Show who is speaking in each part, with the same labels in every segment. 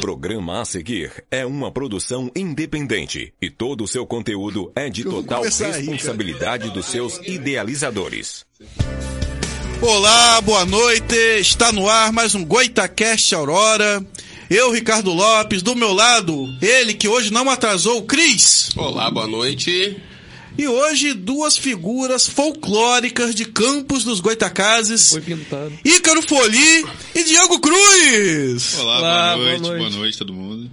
Speaker 1: programa a seguir é uma produção independente e todo o seu conteúdo é de
Speaker 2: Eu vou
Speaker 1: total
Speaker 2: começar a rir,
Speaker 1: responsabilidade dos seus idealizadores.
Speaker 2: Olá, boa noite. Está no ar mais um Goitacast Aurora. Eu, Ricardo Lopes, do meu lado, ele que hoje não atrasou, o Cris.
Speaker 3: Olá, boa noite.
Speaker 2: E hoje, duas figuras folclóricas de campos dos Goitacazes,
Speaker 4: Foi pintado.
Speaker 2: Ícaro Foli e Diego Cruz.
Speaker 5: Olá,
Speaker 4: Olá,
Speaker 5: boa,
Speaker 4: boa
Speaker 5: noite, boa
Speaker 4: noite.
Speaker 5: noite, todo mundo.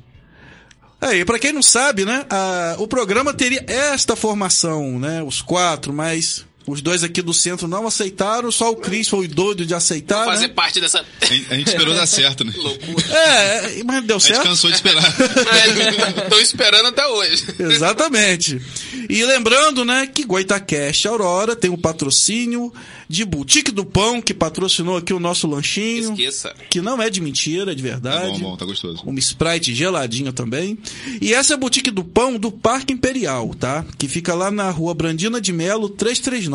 Speaker 2: Aí, pra quem não sabe, né, a- o programa teria esta formação, né, os quatro, mas os dois aqui do centro não aceitaram, só o Cris foi doido de aceitar,
Speaker 3: Fazer
Speaker 2: né?
Speaker 3: parte dessa
Speaker 5: A gente, a gente esperou dar certo, né? A
Speaker 3: loucura.
Speaker 2: É, é, mas deu
Speaker 5: gente
Speaker 2: certo.
Speaker 5: cansou de esperar. Tá
Speaker 3: Estão esperando até hoje.
Speaker 2: Exatamente. E lembrando, né, que Goitacast Aurora tem o patrocínio de Boutique do Pão, que patrocinou aqui o nosso lanchinho.
Speaker 3: Esqueça.
Speaker 2: Que não é de mentira, é de
Speaker 5: Tá
Speaker 2: verdade.
Speaker 5: bom, bom, tá gostoso.
Speaker 2: Uma Um Sprite geladinha também. E essa é a Boutique do Pão do Parque Imperial, tá? Que fica lá na rua Brandina de Melo, 339.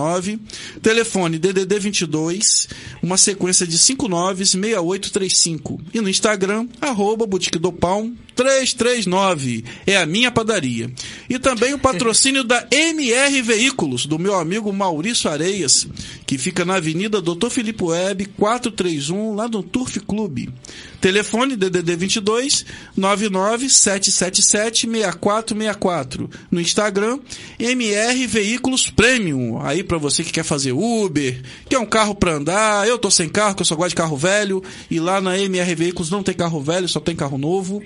Speaker 2: Telefone DDD 22, uma sequência de 596835. E no Instagram, arroba Boutique do Pão 339. É a minha padaria. E também o patrocínio da MR Veículos, do meu amigo Maurício Areias, que fica na Avenida Doutor Filipe Web 431, lá no Turf Clube. Telefone DDD 22 99777 6464. No Instagram, MR Veículos Premium. Aí pra você que quer fazer Uber, quer um carro pra andar, eu tô sem carro, que eu só gosto de carro velho, e lá na MR Veículos não tem carro velho, só tem carro novo.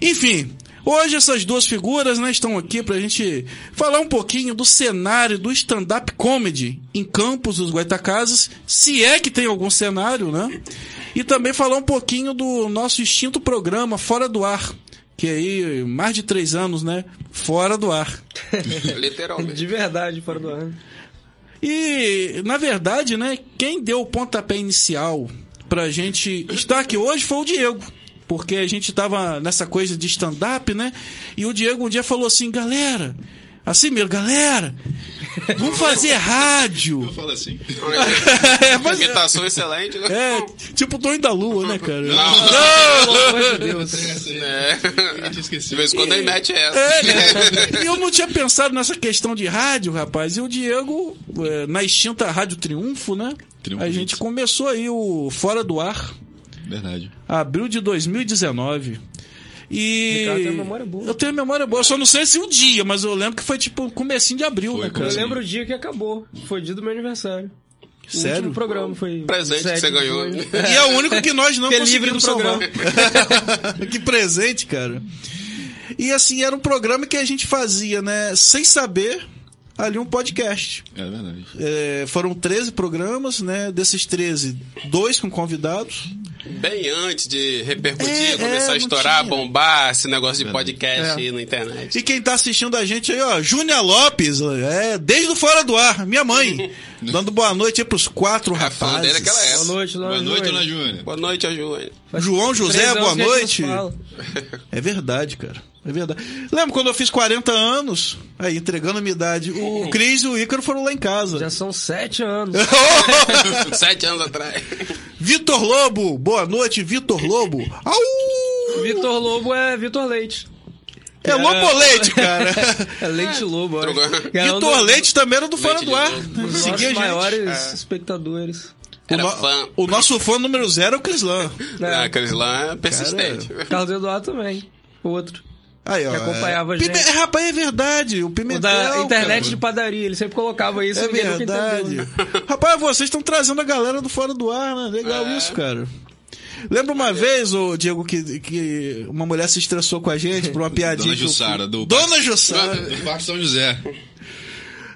Speaker 2: Enfim, Hoje essas duas figuras né, estão aqui pra gente falar um pouquinho do cenário do stand-up comedy em Campos dos Guaitacazes, se é que tem algum cenário, né? E também falar um pouquinho do nosso extinto programa Fora do Ar, que é aí mais de três anos, né? Fora do ar.
Speaker 3: Literalmente.
Speaker 4: De verdade, fora do ar.
Speaker 2: E, na verdade, né, quem deu o pontapé inicial pra gente estar aqui hoje foi o Diego. Porque a gente tava nessa coisa de stand-up, né? E o Diego um dia falou assim, galera, assim mesmo, galera, vamos fazer rádio.
Speaker 5: Eu falo assim.
Speaker 2: é, mas,
Speaker 3: Imitação excelente. né?
Speaker 2: é, tipo o Tony da Lua, né, cara?
Speaker 5: Ah,
Speaker 4: Pelo amor de Deus.
Speaker 3: É.
Speaker 5: Eu tinha
Speaker 3: De
Speaker 5: esquecido.
Speaker 3: vez em quando ele mete essa.
Speaker 2: É, né? E eu não tinha pensado nessa questão de rádio, rapaz. E o Diego, eh, na extinta Rádio Triunfo, né?
Speaker 5: Triunfo,
Speaker 2: a gente
Speaker 5: isso.
Speaker 2: começou aí o Fora do Ar,
Speaker 5: Verdade.
Speaker 2: abril de 2019. E.
Speaker 4: Ricardo tem uma memória boa.
Speaker 2: Eu tenho memória boa, eu só não sei se um dia, mas eu lembro que foi tipo comecinho de abril,
Speaker 5: Foi,
Speaker 2: né,
Speaker 4: Eu
Speaker 2: cara?
Speaker 5: comecinho.
Speaker 4: lembro o dia que acabou. Foi o dia do meu aniversário. O
Speaker 2: Sério?
Speaker 4: último programa foi.
Speaker 3: Presente que
Speaker 4: 7
Speaker 3: você
Speaker 4: de
Speaker 3: ganhou.
Speaker 4: junho.
Speaker 2: E é o único que nós não
Speaker 4: Que é livre do
Speaker 2: conseguimos salvar. que presente, cara. E assim, era um programa que a gente fazia, né, sem saber, ali um podcast.
Speaker 5: É verdade.
Speaker 2: É, foram 13 programas, né? Desses 13, dois com convidados.
Speaker 3: Bem antes de repercutir,
Speaker 2: É,
Speaker 3: começar
Speaker 2: é,
Speaker 3: a
Speaker 2: não
Speaker 3: estourar,
Speaker 2: tinha.
Speaker 3: bombar esse negócio de podcast
Speaker 2: É.
Speaker 3: aí na internet.
Speaker 2: E quem tá assistindo a gente aí, ó, Júnior Lopes, é, desde o Fora do Ar, minha mãe. dando boa noite aí pros quatro
Speaker 3: É fã dele
Speaker 2: rapazes.
Speaker 3: aquela
Speaker 4: Boa
Speaker 3: época.
Speaker 4: noite, Lona
Speaker 5: Boa noite,
Speaker 4: Júlia.
Speaker 5: Dona Júnior.
Speaker 3: Boa noite, Júnior.
Speaker 4: Faz
Speaker 2: João José,
Speaker 4: três anos
Speaker 2: boa
Speaker 4: que a
Speaker 2: noite.
Speaker 4: gente não fala.
Speaker 2: É verdade, cara. É verdade. Lembra quando eu fiz 40 anos? Aí, entregando a minha idade. O Cris e o Ícaro foram lá em casa.
Speaker 4: Já são sete anos.
Speaker 3: Sete anos atrás.
Speaker 2: Vitor Lobo, boa noite, Vitor Lobo. Au!
Speaker 4: Vitor Lobo é Vitor Leite.
Speaker 2: É Lobo Leite, cara.
Speaker 4: É Leite Lobo, olha.
Speaker 3: Trocou.
Speaker 4: Ganhou
Speaker 2: Vitor
Speaker 4: um do-
Speaker 2: Leite também era do Fora
Speaker 3: Leite
Speaker 2: do Ar.
Speaker 3: de
Speaker 4: dos
Speaker 2: Seguia a
Speaker 4: nossos
Speaker 2: gente.
Speaker 4: maiores espectadores.
Speaker 2: O,
Speaker 3: Era
Speaker 2: no-
Speaker 3: fã.
Speaker 2: o nosso fã número zero é o Crislan.
Speaker 4: É.
Speaker 3: Ah, Aqueles lá é persistente.
Speaker 4: Carlos Eduardo também. O outro.
Speaker 2: Aí, ó.
Speaker 4: Que acompanhava
Speaker 2: é...
Speaker 4: a gente.
Speaker 2: Pime- Rapaz, é verdade. O
Speaker 4: O
Speaker 2: Pimentel.
Speaker 4: da internet
Speaker 2: cara.
Speaker 4: de padaria. Ele sempre colocava isso
Speaker 2: É
Speaker 4: e ninguém nunca
Speaker 2: verdade.
Speaker 4: entendeu. né?
Speaker 2: Rapaz, vocês estão trazendo a galera do Fora do Ar, né? Legal isso, cara. Lembra uma vez, ô Diego, que, que uma mulher se estressou com a gente por uma piadinha.
Speaker 5: Dona
Speaker 2: que eu-
Speaker 5: Jussara, do,
Speaker 2: Dona Jussara.
Speaker 5: do Parque São José.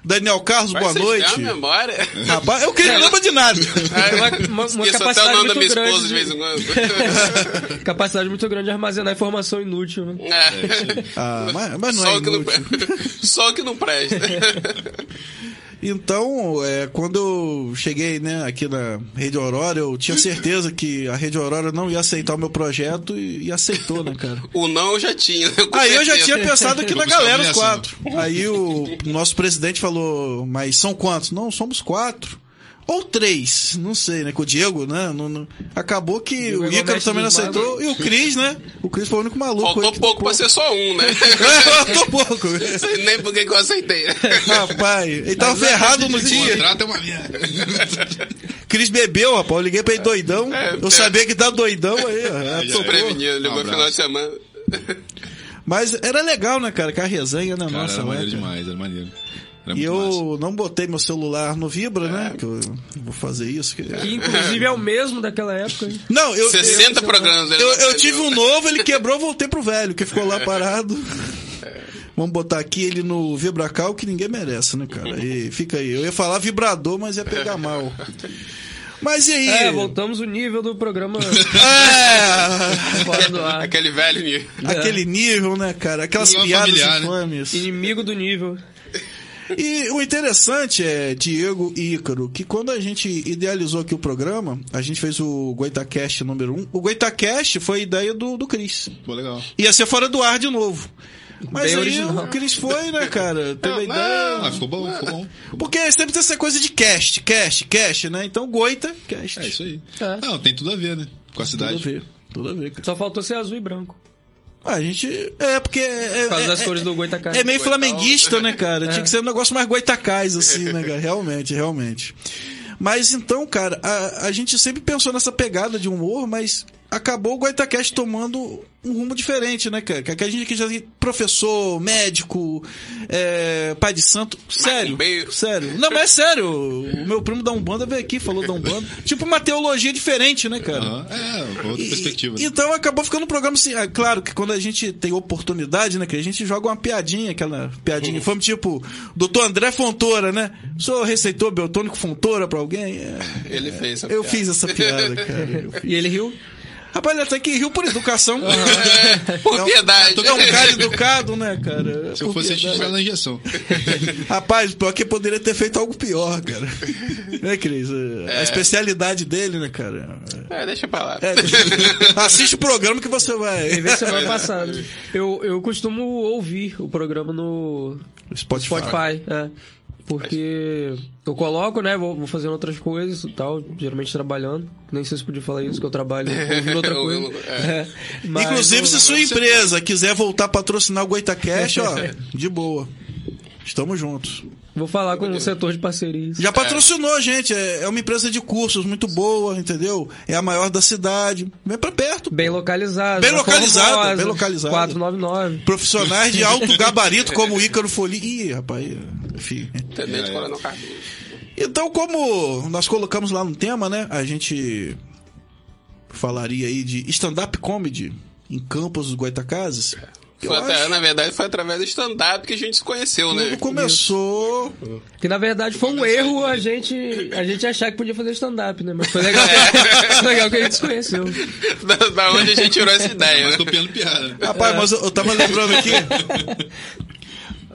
Speaker 2: Daniel Carlos,
Speaker 3: Vai
Speaker 2: boa
Speaker 3: vocês
Speaker 2: noite. É,
Speaker 3: terem a é memória.
Speaker 2: Rapaz, eu queria não lembra de nada.
Speaker 4: Uma- uma- uma
Speaker 3: Esqueço até o
Speaker 4: capacidade
Speaker 3: nome da minha
Speaker 4: muito
Speaker 3: esposa
Speaker 4: grande
Speaker 3: de vez em quando.
Speaker 4: Capacidade muito grande de armazenar informação inútil, né?
Speaker 3: É.
Speaker 2: Ah, mas, mas não é
Speaker 3: Só o que não,
Speaker 2: inútil.
Speaker 3: só o que não presta.
Speaker 2: Então, é, quando eu cheguei né, aqui na Rede Aurora, eu tinha certeza que a Rede Aurora não ia aceitar o meu projeto e, e aceitou, né, cara?
Speaker 3: O não eu já tinha. né? Com
Speaker 2: Aí eu já tinha
Speaker 3: certeza.
Speaker 2: pensado aqui na
Speaker 5: Vamos
Speaker 2: galera, os
Speaker 5: estar
Speaker 2: quatro. Aí o nosso presidente falou, mas são quantos? Não, somos quatro. Ou três, não sei, né? Com o Diego, né? Não- não- Acabou que
Speaker 4: Diego é
Speaker 2: o
Speaker 4: o
Speaker 2: Ícaro
Speaker 4: mestre
Speaker 2: também não
Speaker 4: dos
Speaker 2: aceitou. E o Cris, né? O Cris foi o único maluco.
Speaker 3: Faltou
Speaker 2: aí que-
Speaker 3: pouco pra ser só um, né?
Speaker 2: Faltou pouco.
Speaker 3: Não sei Nem por que que eu aceitei.
Speaker 2: Rapaz, ele tava
Speaker 4: é
Speaker 2: ferrado no
Speaker 5: O
Speaker 2: dia.
Speaker 5: contrato é uma merda.
Speaker 2: Cris bebeu, rapaz. Eu liguei pra ele doidão.
Speaker 3: É,
Speaker 2: Eu
Speaker 3: é.
Speaker 2: sabia que tá doidão aí. ó.
Speaker 5: já
Speaker 3: Sou
Speaker 5: é.
Speaker 3: prevenido,
Speaker 5: Um
Speaker 3: levou
Speaker 5: abraço.
Speaker 3: final de semana.
Speaker 2: Mas era legal, né, cara? Que a resenha, né?
Speaker 5: Cara,
Speaker 2: Nossa,
Speaker 5: era
Speaker 2: né,
Speaker 5: maneiro
Speaker 2: cara?
Speaker 5: demais, era maneiro. Era
Speaker 2: E
Speaker 5: muito massa. É.
Speaker 2: eu não botei meu celular no Vibra, né? Que eu vou fazer isso. que-
Speaker 4: Que inclusive é o mesmo daquela época. hein?
Speaker 2: Não, eu.
Speaker 3: 60 programas. né?
Speaker 2: Eu, eu- eu tive um novo, ele quebrou, voltei pro velho, que ficou lá parado.
Speaker 5: É.
Speaker 2: Vamos botar aqui ele no Vibracal, que ninguém merece, né, cara? E fica aí. Eu ia falar vibrador, mas ia pegar mal. Mas e aí?
Speaker 4: É, voltamos o nível do programa
Speaker 2: É,
Speaker 4: fora do ar.
Speaker 3: Aquele velho nível.
Speaker 2: aquele nível, né, cara? Aquelas
Speaker 5: É. Nível
Speaker 2: piadas
Speaker 5: familiar, né?
Speaker 2: infames.
Speaker 4: Inimigo do nível.
Speaker 2: E o interessante é, Diego e Ícaro, que quando a gente idealizou aqui o programa, a gente fez o Goitacast número 1. O Goitacast foi ideia do, do Cris.
Speaker 5: Pô, legal.
Speaker 2: Ia ser fora do ar de novo. Mas
Speaker 4: Bem
Speaker 2: aí
Speaker 4: original.
Speaker 2: o Cris foi, né, cara? Teve a ideia.
Speaker 5: Ah, ficou bom, ficou bom.
Speaker 2: Porque sempre tem essa coisa de cast, cast, cast, né? Então Goita, cast.
Speaker 5: É isso aí.
Speaker 4: É.
Speaker 5: Não, tem tudo a ver, né? Com a
Speaker 2: Tudo a
Speaker 5: cidade.
Speaker 2: ver, tudo a ver, cara.
Speaker 4: Só faltou ser azul e branco.
Speaker 2: Ah, a gente. É, porque. É,
Speaker 4: Por causa
Speaker 2: é-
Speaker 4: das
Speaker 2: é-
Speaker 4: cores do Goitacás. É.
Speaker 2: É meio
Speaker 3: Goital.
Speaker 2: flamenguista, né, cara? Tinha que ser um negócio mais goitacás, assim, né, cara? Realmente, realmente. Mas então, cara, a, a gente sempre pensou nessa pegada de humor, mas acabou o Goitacast tomando um rumo diferente, né, cara? Que aqui a gente aqui já tem professor, médico, é, pai de santo. Sério.
Speaker 3: Macumbeiro.
Speaker 2: Sério. Não, mas é sério. O meu primo da Umbanda veio aqui, falou da Umbanda. Tipo uma teologia diferente, né, cara?
Speaker 5: Aham. É, outra
Speaker 2: E-
Speaker 5: perspectiva.
Speaker 2: e- Então acabou ficando um programa assim. ah, claro que quando a gente tem oportunidade, né, que a gente joga uma piadinha, aquela piadinha. Foi tipo, doutor André Fontoura, né? O senhor receitou Beltônico Fontoura pra alguém? É,
Speaker 3: Ele fez essa
Speaker 2: eu
Speaker 3: piada.
Speaker 2: fiz essa piada, cara. eu fiz.
Speaker 4: E ele riu.
Speaker 2: Rapaz, ele até que riu por educação.
Speaker 3: É, por piedade.
Speaker 2: É um cara educado, né, cara?
Speaker 5: Se eu
Speaker 2: Por
Speaker 5: fosse, a gente
Speaker 2: piedade.
Speaker 5: tivesse na injeção.
Speaker 2: Rapaz, pior que poderia ter feito algo pior, cara. Né, Cris? A especialidade dele, né, cara?
Speaker 3: É, deixa pra lá.
Speaker 2: É, assiste o programa que você vai.
Speaker 4: Teve a
Speaker 2: É
Speaker 4: semana passada. né? Eu, eu costumo ouvir o programa no
Speaker 2: Spotify.
Speaker 4: Spotify. é. Porque eu coloco, né? Vou, vou fazendo outras coisas e tal. Geralmente trabalhando. Nem sei se podia falar isso, que eu trabalho ouvindo outra coisa.
Speaker 3: Ouvindo, é.
Speaker 4: É. Mas
Speaker 2: Inclusive,
Speaker 4: eu-
Speaker 2: se sua empresa quiser voltar a patrocinar o Goitacast, ó, de boa. Estamos juntos.
Speaker 4: Vou falar com o setor de parcerias.
Speaker 2: Já patrocinou, gente. É é uma empresa de cursos muito boa, entendeu? É a maior da cidade. Vem pra perto.
Speaker 4: Bem localizado.
Speaker 2: Bem
Speaker 4: na
Speaker 2: localizado,
Speaker 4: Formosa,
Speaker 2: bem localizado.
Speaker 4: 499.
Speaker 2: Profissionais de alto gabarito, como o Ícaro Folia. Ih, rapaz. Enfim.
Speaker 3: Tenente
Speaker 5: É, é.
Speaker 3: Coronel Cardoso.
Speaker 2: Então, como nós colocamos lá no tema, né? A gente falaria aí de stand-up comedy em campos dos Goitacazes. Eu
Speaker 3: Foi até-
Speaker 2: acho
Speaker 3: Na verdade, foi através do stand-up que a gente se conheceu,
Speaker 2: que
Speaker 3: né?
Speaker 2: tudo começou
Speaker 4: Que na verdade foi um erro a gente, a gente achar que podia fazer stand-up, né? Mas foi legal, foi legal que a gente se conheceu.
Speaker 3: Da, da onde a gente tirou essa ideia,
Speaker 5: Mas
Speaker 3: né?
Speaker 5: copiando piada. né?
Speaker 2: Rapaz,
Speaker 3: É.
Speaker 2: mas eu, eu tava lembrando aqui.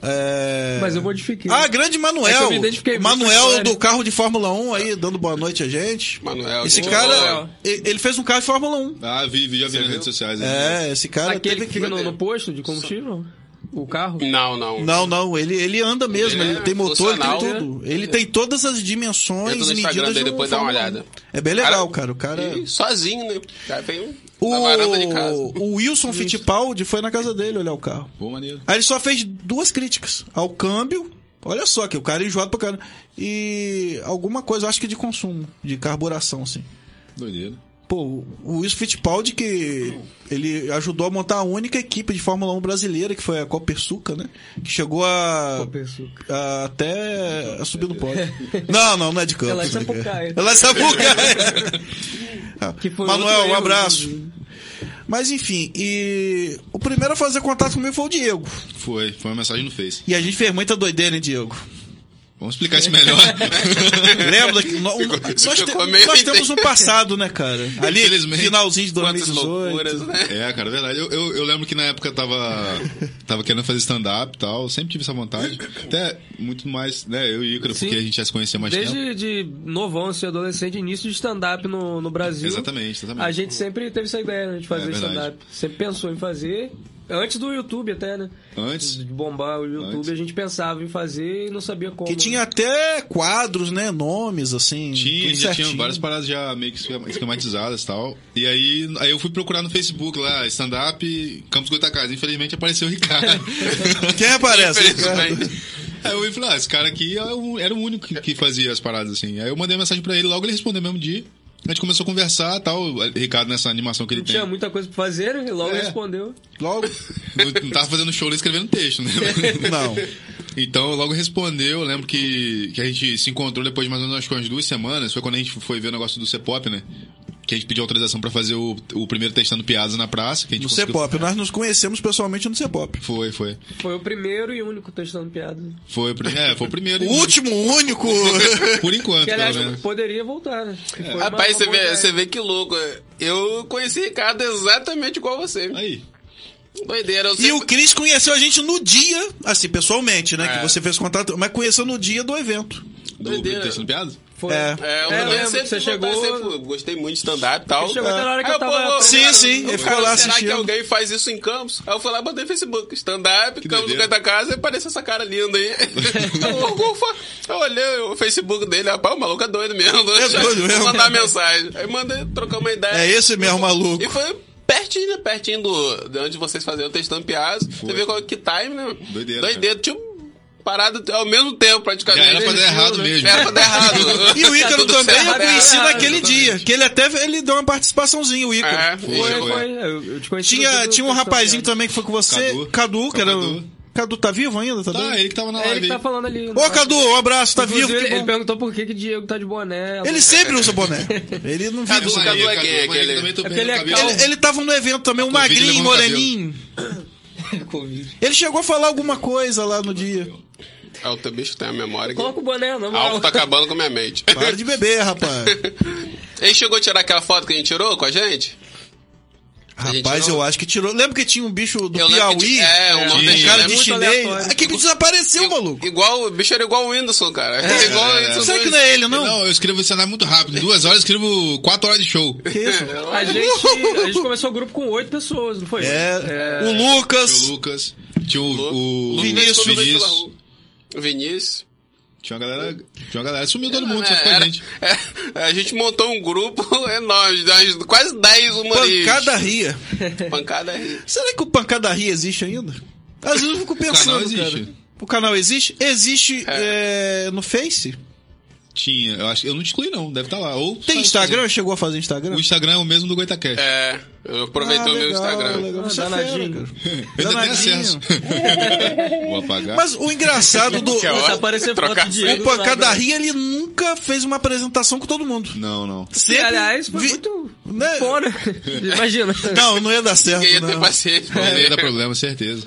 Speaker 2: É...
Speaker 4: Mas eu modifiquei.
Speaker 2: Ah, grande
Speaker 4: É que eu
Speaker 2: Manuel.
Speaker 4: me identifiquei muito com a
Speaker 2: Manuel
Speaker 4: história.
Speaker 2: do carro de Fórmula 1 aí, dando boa noite a gente.
Speaker 3: Manuel.
Speaker 2: Esse
Speaker 3: gente
Speaker 2: cara,
Speaker 3: boa.
Speaker 2: e- ele fez um carro de Fórmula 1.
Speaker 5: Ah, vi, vi, já vi nas redes sociais. né?
Speaker 2: É, esse cara
Speaker 4: Aquele
Speaker 2: teve
Speaker 4: que fica no, no posto de combustível? O carro?
Speaker 3: Não, não.
Speaker 2: Não, não, ele, ele anda mesmo, ele,
Speaker 3: Ele é
Speaker 2: tem motor, ele tem
Speaker 3: funcional.
Speaker 2: tudo. Ele tem todas as dimensões
Speaker 3: Entra no Instagram
Speaker 2: medidas
Speaker 3: dele,
Speaker 2: de um
Speaker 3: depois dá uma
Speaker 2: Fórmula 1.
Speaker 3: olhada.
Speaker 2: É bem legal, cara, o cara... é
Speaker 3: E sozinho, né? O cara veio na varanda de casa.
Speaker 2: O, o Wilson Fittipaldi foi na casa dele olhar o carro.
Speaker 5: Pô, maneiro.
Speaker 2: Aí ele só fez duas críticas ao câmbio. Olha só que o cara é enjoado pra caramba. E alguma coisa, eu acho que de consumo, de carburação, assim.
Speaker 5: Doideira.
Speaker 2: Pô, o Wilson Fittipaldi que ele ajudou a montar a única equipe de Fórmula 1 brasileira, que foi a Copersuca, né? Que chegou a,
Speaker 4: Copersuca.
Speaker 2: a- até a subir no pódio. Não, não, não é de campo.
Speaker 4: Ela é de Sapucaia.
Speaker 2: Ela é de Sapucaia.
Speaker 4: Que foi
Speaker 2: Manuel,
Speaker 4: outro
Speaker 2: um
Speaker 4: erro,
Speaker 2: abraço.
Speaker 4: inclusive.
Speaker 2: Mas enfim, e o primeiro a fazer contato comigo foi o Diego.
Speaker 5: Foi, foi uma mensagem no Face.
Speaker 2: E a gente fez muita doideira, hein, Diego?
Speaker 5: Vamos explicar isso melhor.
Speaker 2: Lembra que nó- um- nós, te-
Speaker 3: ficou meio
Speaker 2: nós temos um passado, né, cara? Ali,
Speaker 5: Infelizmente.
Speaker 2: finalzinho de
Speaker 3: Quantas
Speaker 2: 2018.
Speaker 3: loucuras, né?
Speaker 5: É, cara, é verdade. Eu, eu, eu lembro que na época eu tava, tava querendo fazer stand-up e tal. Sempre tive essa vontade. Até muito mais, né? Eu e o Ícaro,
Speaker 4: Sim.
Speaker 5: porque a gente já se conhecia há mais tempo.
Speaker 4: Desde de novão, assim, adolescente, início de stand-up no, no Brasil.
Speaker 5: Exatamente, exatamente.
Speaker 4: A gente sempre teve essa ideia né, de
Speaker 5: É
Speaker 4: fazer
Speaker 5: verdade.
Speaker 4: stand-up. Sempre pensou em fazer Antes do YouTube até, né?
Speaker 5: Antes.
Speaker 4: De bombar o YouTube,
Speaker 5: Antes.
Speaker 4: a gente pensava em fazer e não sabia como.
Speaker 2: Que tinha até quadros, né? Nomes, assim.
Speaker 5: Tinha,
Speaker 2: tudo
Speaker 5: já
Speaker 2: certinho.
Speaker 5: tinha várias paradas já meio que esquema- esquematizadas e tal. E aí, aí eu fui procurar no Facebook lá, stand-up Campos Goitacazes. Infelizmente apareceu o Ricardo.
Speaker 2: Quem aparece?
Speaker 3: Infelizmente.
Speaker 5: aí eu falei, ah, esse cara aqui é o- era o único que, que fazia as paradas assim. Aí eu mandei mensagem pra ele, logo ele respondeu no mesmo dia. A gente começou a conversar e tal. O Ricardo nessa animação que ele
Speaker 4: Não tinha
Speaker 5: tem.
Speaker 4: muita coisa pra fazer né? e logo
Speaker 5: É.
Speaker 4: respondeu.
Speaker 2: Logo.
Speaker 5: Não, não tava fazendo show, ele escrevendo texto, né?
Speaker 2: Não.
Speaker 5: Então logo respondeu, eu lembro que, que a gente se encontrou depois de mais ou menos acho que umas duas semanas, foi quando a gente foi ver o negócio do C-Pop, né? Que a gente pediu autorização pra fazer o, o primeiro testando piadas na praça. Que a gente
Speaker 2: No
Speaker 5: conseguiu-
Speaker 2: C-Pop. Nós nos conhecemos pessoalmente no C-Pop.
Speaker 5: Foi, foi.
Speaker 4: Foi o primeiro e único testando piada.
Speaker 5: Foi, o prim- é, foi o primeiro.
Speaker 2: O último, único.
Speaker 5: Por enquanto,
Speaker 4: Que aliás,
Speaker 5: pelo menos.
Speaker 4: poderia voltar, né? Que foi uma-
Speaker 3: Rapaz,
Speaker 4: uma
Speaker 3: você
Speaker 4: boa
Speaker 3: vê,
Speaker 4: ideia.
Speaker 3: você vê que louco. Eu conheci Ricardo exatamente igual você.
Speaker 5: Aí.
Speaker 3: Doideira. Eu
Speaker 2: E o
Speaker 3: sempre-
Speaker 2: Cris conheceu a gente no dia, assim, pessoalmente, né? Que
Speaker 3: É.
Speaker 2: você fez contato, mas conheceu no dia do evento.
Speaker 5: Do
Speaker 3: Doideira.
Speaker 5: testando piadas?
Speaker 4: Foi.
Speaker 2: É.
Speaker 3: É, eu
Speaker 4: É,
Speaker 3: também
Speaker 4: lembro,
Speaker 3: sempre
Speaker 4: você
Speaker 3: fui voltar,
Speaker 4: chegou-
Speaker 3: sempre gostei muito de stand-up e tal.
Speaker 4: Chegou até na hora que
Speaker 3: Aí
Speaker 4: eu tava-
Speaker 3: pô,
Speaker 2: Sim,
Speaker 3: cara,
Speaker 2: sim, ele
Speaker 3: eu
Speaker 2: ficou
Speaker 3: falei,
Speaker 2: lá
Speaker 3: Será
Speaker 2: assistindo.
Speaker 3: que alguém faz isso em Campos? Aí eu fui lá e botei no Facebook, stand-up, Campos do
Speaker 5: doideira.
Speaker 3: Canto da Casa, e apareceu essa cara linda aí. eu, ufa, eu olhei o Facebook dele, rapaz, o maluco é doido mesmo. É
Speaker 2: doido mesmo.
Speaker 3: mandar mensagem. Aí mandei, trocar uma ideia.
Speaker 2: É esse mesmo maluco.
Speaker 3: E foi pertinho, né? Pertinho do, de onde vocês faziam o testando piadas. Você vê qual que time, né?
Speaker 5: Doideira,
Speaker 3: Doideira. Tinha um parado ao mesmo tempo,
Speaker 5: Já
Speaker 3: praticamente.
Speaker 5: era pra dar errado mesmo.
Speaker 3: Era pra dar errado.
Speaker 2: E o Ícaro
Speaker 3: Tá Tudo
Speaker 2: também eu
Speaker 3: certo. Ah,
Speaker 2: conheci
Speaker 4: é,
Speaker 2: naquele
Speaker 5: exatamente.
Speaker 2: dia. Que ele até ele deu uma participaçãozinha, o Ícaro.
Speaker 3: É,
Speaker 5: Foi,
Speaker 4: Foi,
Speaker 3: foi.
Speaker 5: foi.
Speaker 4: foi. Eu, eu te conheci no
Speaker 2: Tinha,
Speaker 4: dia do
Speaker 2: tinha um
Speaker 4: testando
Speaker 2: rapazinho
Speaker 4: piada.
Speaker 2: também que foi com você. Cadu,
Speaker 5: Cadu.
Speaker 2: que era.
Speaker 5: Cadu.
Speaker 2: Cadu tá vivo ainda? Tá,
Speaker 5: Tá,
Speaker 2: doido?
Speaker 5: ele que tava na
Speaker 4: É ele
Speaker 5: live.
Speaker 4: que tá
Speaker 5: aí.
Speaker 4: falando ali.
Speaker 2: Ô, Cadu, um abraço, tá vivo.
Speaker 4: Inclusive,
Speaker 2: que
Speaker 4: Ele, ele
Speaker 2: bom.
Speaker 4: perguntou por que, que Diego tá de boné.
Speaker 2: Ele sempre usa boné. Ele não vive
Speaker 3: Cadu,
Speaker 2: sem
Speaker 5: Aí,
Speaker 2: boné.
Speaker 3: Cadu é gay,
Speaker 5: mas ele
Speaker 3: aquele-
Speaker 5: também tô
Speaker 4: É porque
Speaker 5: perdendo
Speaker 4: ele é
Speaker 5: cabelo.
Speaker 4: calvo.
Speaker 2: Ele, né? ele tava no evento também, um
Speaker 5: Covid
Speaker 2: magrinho,
Speaker 5: levou no cabelo.
Speaker 2: moreninho.
Speaker 4: Covid.
Speaker 2: Ele chegou a falar alguma coisa lá no dia.
Speaker 3: Ah, o teu bicho tem a memória que...
Speaker 4: Coloca o boné,
Speaker 2: é
Speaker 4: não.
Speaker 3: Algo tá acabando com a minha mente.
Speaker 2: Para de beber, rapaz.
Speaker 3: Ele chegou a tirar aquela foto que a gente tirou com a gente? gente
Speaker 2: Rapaz,
Speaker 3: não-
Speaker 2: eu acho que tirou. Lembra que tinha um bicho do
Speaker 3: Eu lembro que
Speaker 2: Piauí?
Speaker 3: ti- é, um
Speaker 2: um
Speaker 3: nordestino,
Speaker 2: cara
Speaker 3: é
Speaker 2: de
Speaker 4: muito
Speaker 2: chinês.
Speaker 4: aleatório.
Speaker 2: Aquele desapareceu, maluco.
Speaker 3: Igual, o bicho era igual o Whindersson, cara. É, igual o
Speaker 5: é,
Speaker 3: Whindersson.
Speaker 2: Será que não é ele,
Speaker 5: Não.
Speaker 2: não?
Speaker 5: eu escrevo esse andar muito rápido. Em duas horas eu escrevo quatro horas de show.
Speaker 2: Que isso?
Speaker 4: A gente, a gente começou o grupo com oito pessoas, não foi?
Speaker 2: É, o
Speaker 5: Tinha o
Speaker 2: Lucas.
Speaker 5: Lucas, tinha o, o
Speaker 3: Lu-
Speaker 5: Vinícius,
Speaker 3: Lu-
Speaker 5: Vinícius.
Speaker 3: Vinícius.
Speaker 5: Tinha uma galera. Tinha uma galera. Sumiu todo mundo, só
Speaker 3: É,
Speaker 5: ficou a
Speaker 3: era-
Speaker 5: gente.
Speaker 3: é, a gente montou um grupo enorme, das- quase 10 humoristas.
Speaker 2: Pancada Ria.
Speaker 3: Pancada ri.
Speaker 2: Será que o Pancada Ria existe ainda? Às vezes eu fico pensando,
Speaker 5: canal existe.
Speaker 2: cara. O canal existe? Existe é, no Face?
Speaker 5: Tinha. Eu, acho, eu não te excluí, não. Deve estar lá. Ou
Speaker 2: Tem
Speaker 5: só-
Speaker 2: Instagram? Chegou a fazer Instagram?
Speaker 5: O Instagram é o mesmo do Goitacast.
Speaker 3: É, eu aproveitei
Speaker 2: Ah,
Speaker 3: o meu
Speaker 2: legal,
Speaker 3: Instagram.
Speaker 2: legal.
Speaker 4: Ah,
Speaker 2: Você é
Speaker 4: danadinho.
Speaker 2: fera, cara.
Speaker 5: Eu ainda tenho
Speaker 2: Danadinho.
Speaker 5: acesso. Vou apagar.
Speaker 2: Mas o engraçado do...
Speaker 3: Que é
Speaker 4: Nossa,
Speaker 3: ótimo.
Speaker 4: apareceu foto
Speaker 3: Trocar
Speaker 4: de
Speaker 3: foto.
Speaker 2: O Pancada Ria, ele nunca fez uma apresentação com todo mundo.
Speaker 5: Não, não.
Speaker 4: E,
Speaker 2: Sempre
Speaker 4: aliás, foi
Speaker 2: vi-
Speaker 4: muito
Speaker 2: Né?
Speaker 4: fora. Imagina.
Speaker 2: Não, não ia dar certo,
Speaker 3: Ninguém ia ter
Speaker 2: não.
Speaker 3: paciência pra
Speaker 5: É,
Speaker 3: ler.
Speaker 5: dá problema, certeza.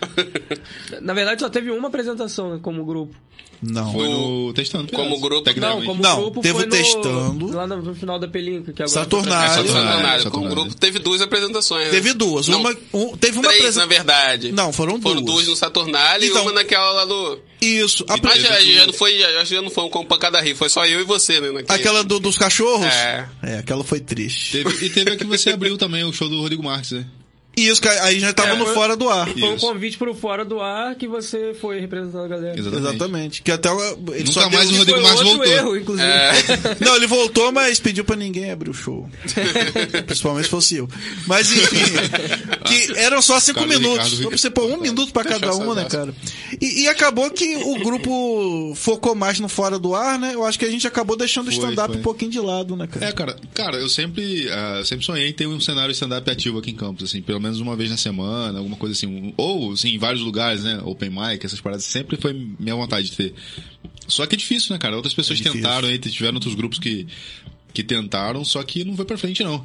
Speaker 4: Na verdade, só teve uma apresentação né, como grupo.
Speaker 2: Não.
Speaker 5: Foi no testando.
Speaker 3: Como
Speaker 5: piadas,
Speaker 3: grupo,
Speaker 4: Não,
Speaker 5: tecnicamente.
Speaker 4: como
Speaker 2: Não,
Speaker 4: grupo
Speaker 2: teve
Speaker 4: foi
Speaker 2: o
Speaker 4: no,
Speaker 2: testando.
Speaker 4: Lá no, no final da pelinca. Que agora
Speaker 2: Saturnário.
Speaker 3: Só
Speaker 2: Ah,
Speaker 3: do Saturnário.
Speaker 5: Saturnário.
Speaker 3: Com o grupo teve duas apresentações. né?
Speaker 2: Teve duas.
Speaker 3: Não,
Speaker 2: Uma, um- teve uma
Speaker 3: três, na
Speaker 2: apresentação.
Speaker 3: verdade.
Speaker 2: Não, foram
Speaker 3: Foram
Speaker 2: duas.
Speaker 3: duas no Saturnário
Speaker 2: Então-
Speaker 3: e uma naquela lá do...
Speaker 2: Isso. A
Speaker 3: Mas
Speaker 2: pre-
Speaker 3: já, já não foi, já, acho que já não foi um com pancada rir, foi só eu e você, né? naquele-
Speaker 2: Aquela do- dos cachorros?
Speaker 3: É.
Speaker 2: É, aquela foi triste.
Speaker 5: Teve- e teve a que você abriu também, o show do Rodrigo Marques, né?
Speaker 2: E isso, que aí já tava
Speaker 4: É,
Speaker 2: no
Speaker 4: foi-
Speaker 2: fora do ar.
Speaker 4: Foi um
Speaker 5: Isso.
Speaker 4: convite pro Fora do Ar que você foi representando a galera.
Speaker 5: Exatamente.
Speaker 2: Exatamente. Que até o- ele
Speaker 5: Nunca
Speaker 2: só deu- um
Speaker 5: mais o Rodrigo É.
Speaker 4: Foi
Speaker 5: Marques
Speaker 4: outro
Speaker 5: voltou.
Speaker 4: erro, inclusive.
Speaker 2: Não, ele voltou, mas pediu pra ninguém abrir o show. Principalmente se fosse eu. Mas enfim, que eram só cinco
Speaker 5: Cara, o
Speaker 2: minutos.
Speaker 5: Ricardo
Speaker 2: Então,
Speaker 5: fica-
Speaker 2: você pôr um minuto pra cada uma, né, cara? E, e acabou que o grupo focou mais no fora do ar, né? Eu acho que a gente acabou deixando
Speaker 5: Foi,
Speaker 2: o stand-up
Speaker 5: foi.
Speaker 2: um pouquinho de lado, né, cara?
Speaker 5: É, cara, cara, eu sempre, ah, eu sempre sonhei em ter um cenário stand-up ativo aqui em Campos, assim, pelo menos uma vez na semana, alguma coisa assim, um- ou assim, em vários lugares, né? Open mic, essas paradas, sempre foi minha vontade de ter. Só que é difícil, né, cara? Outras pessoas
Speaker 2: difícil.
Speaker 5: tentaram aí, tiveram outros grupos que, que tentaram, só que não foi pra frente, não.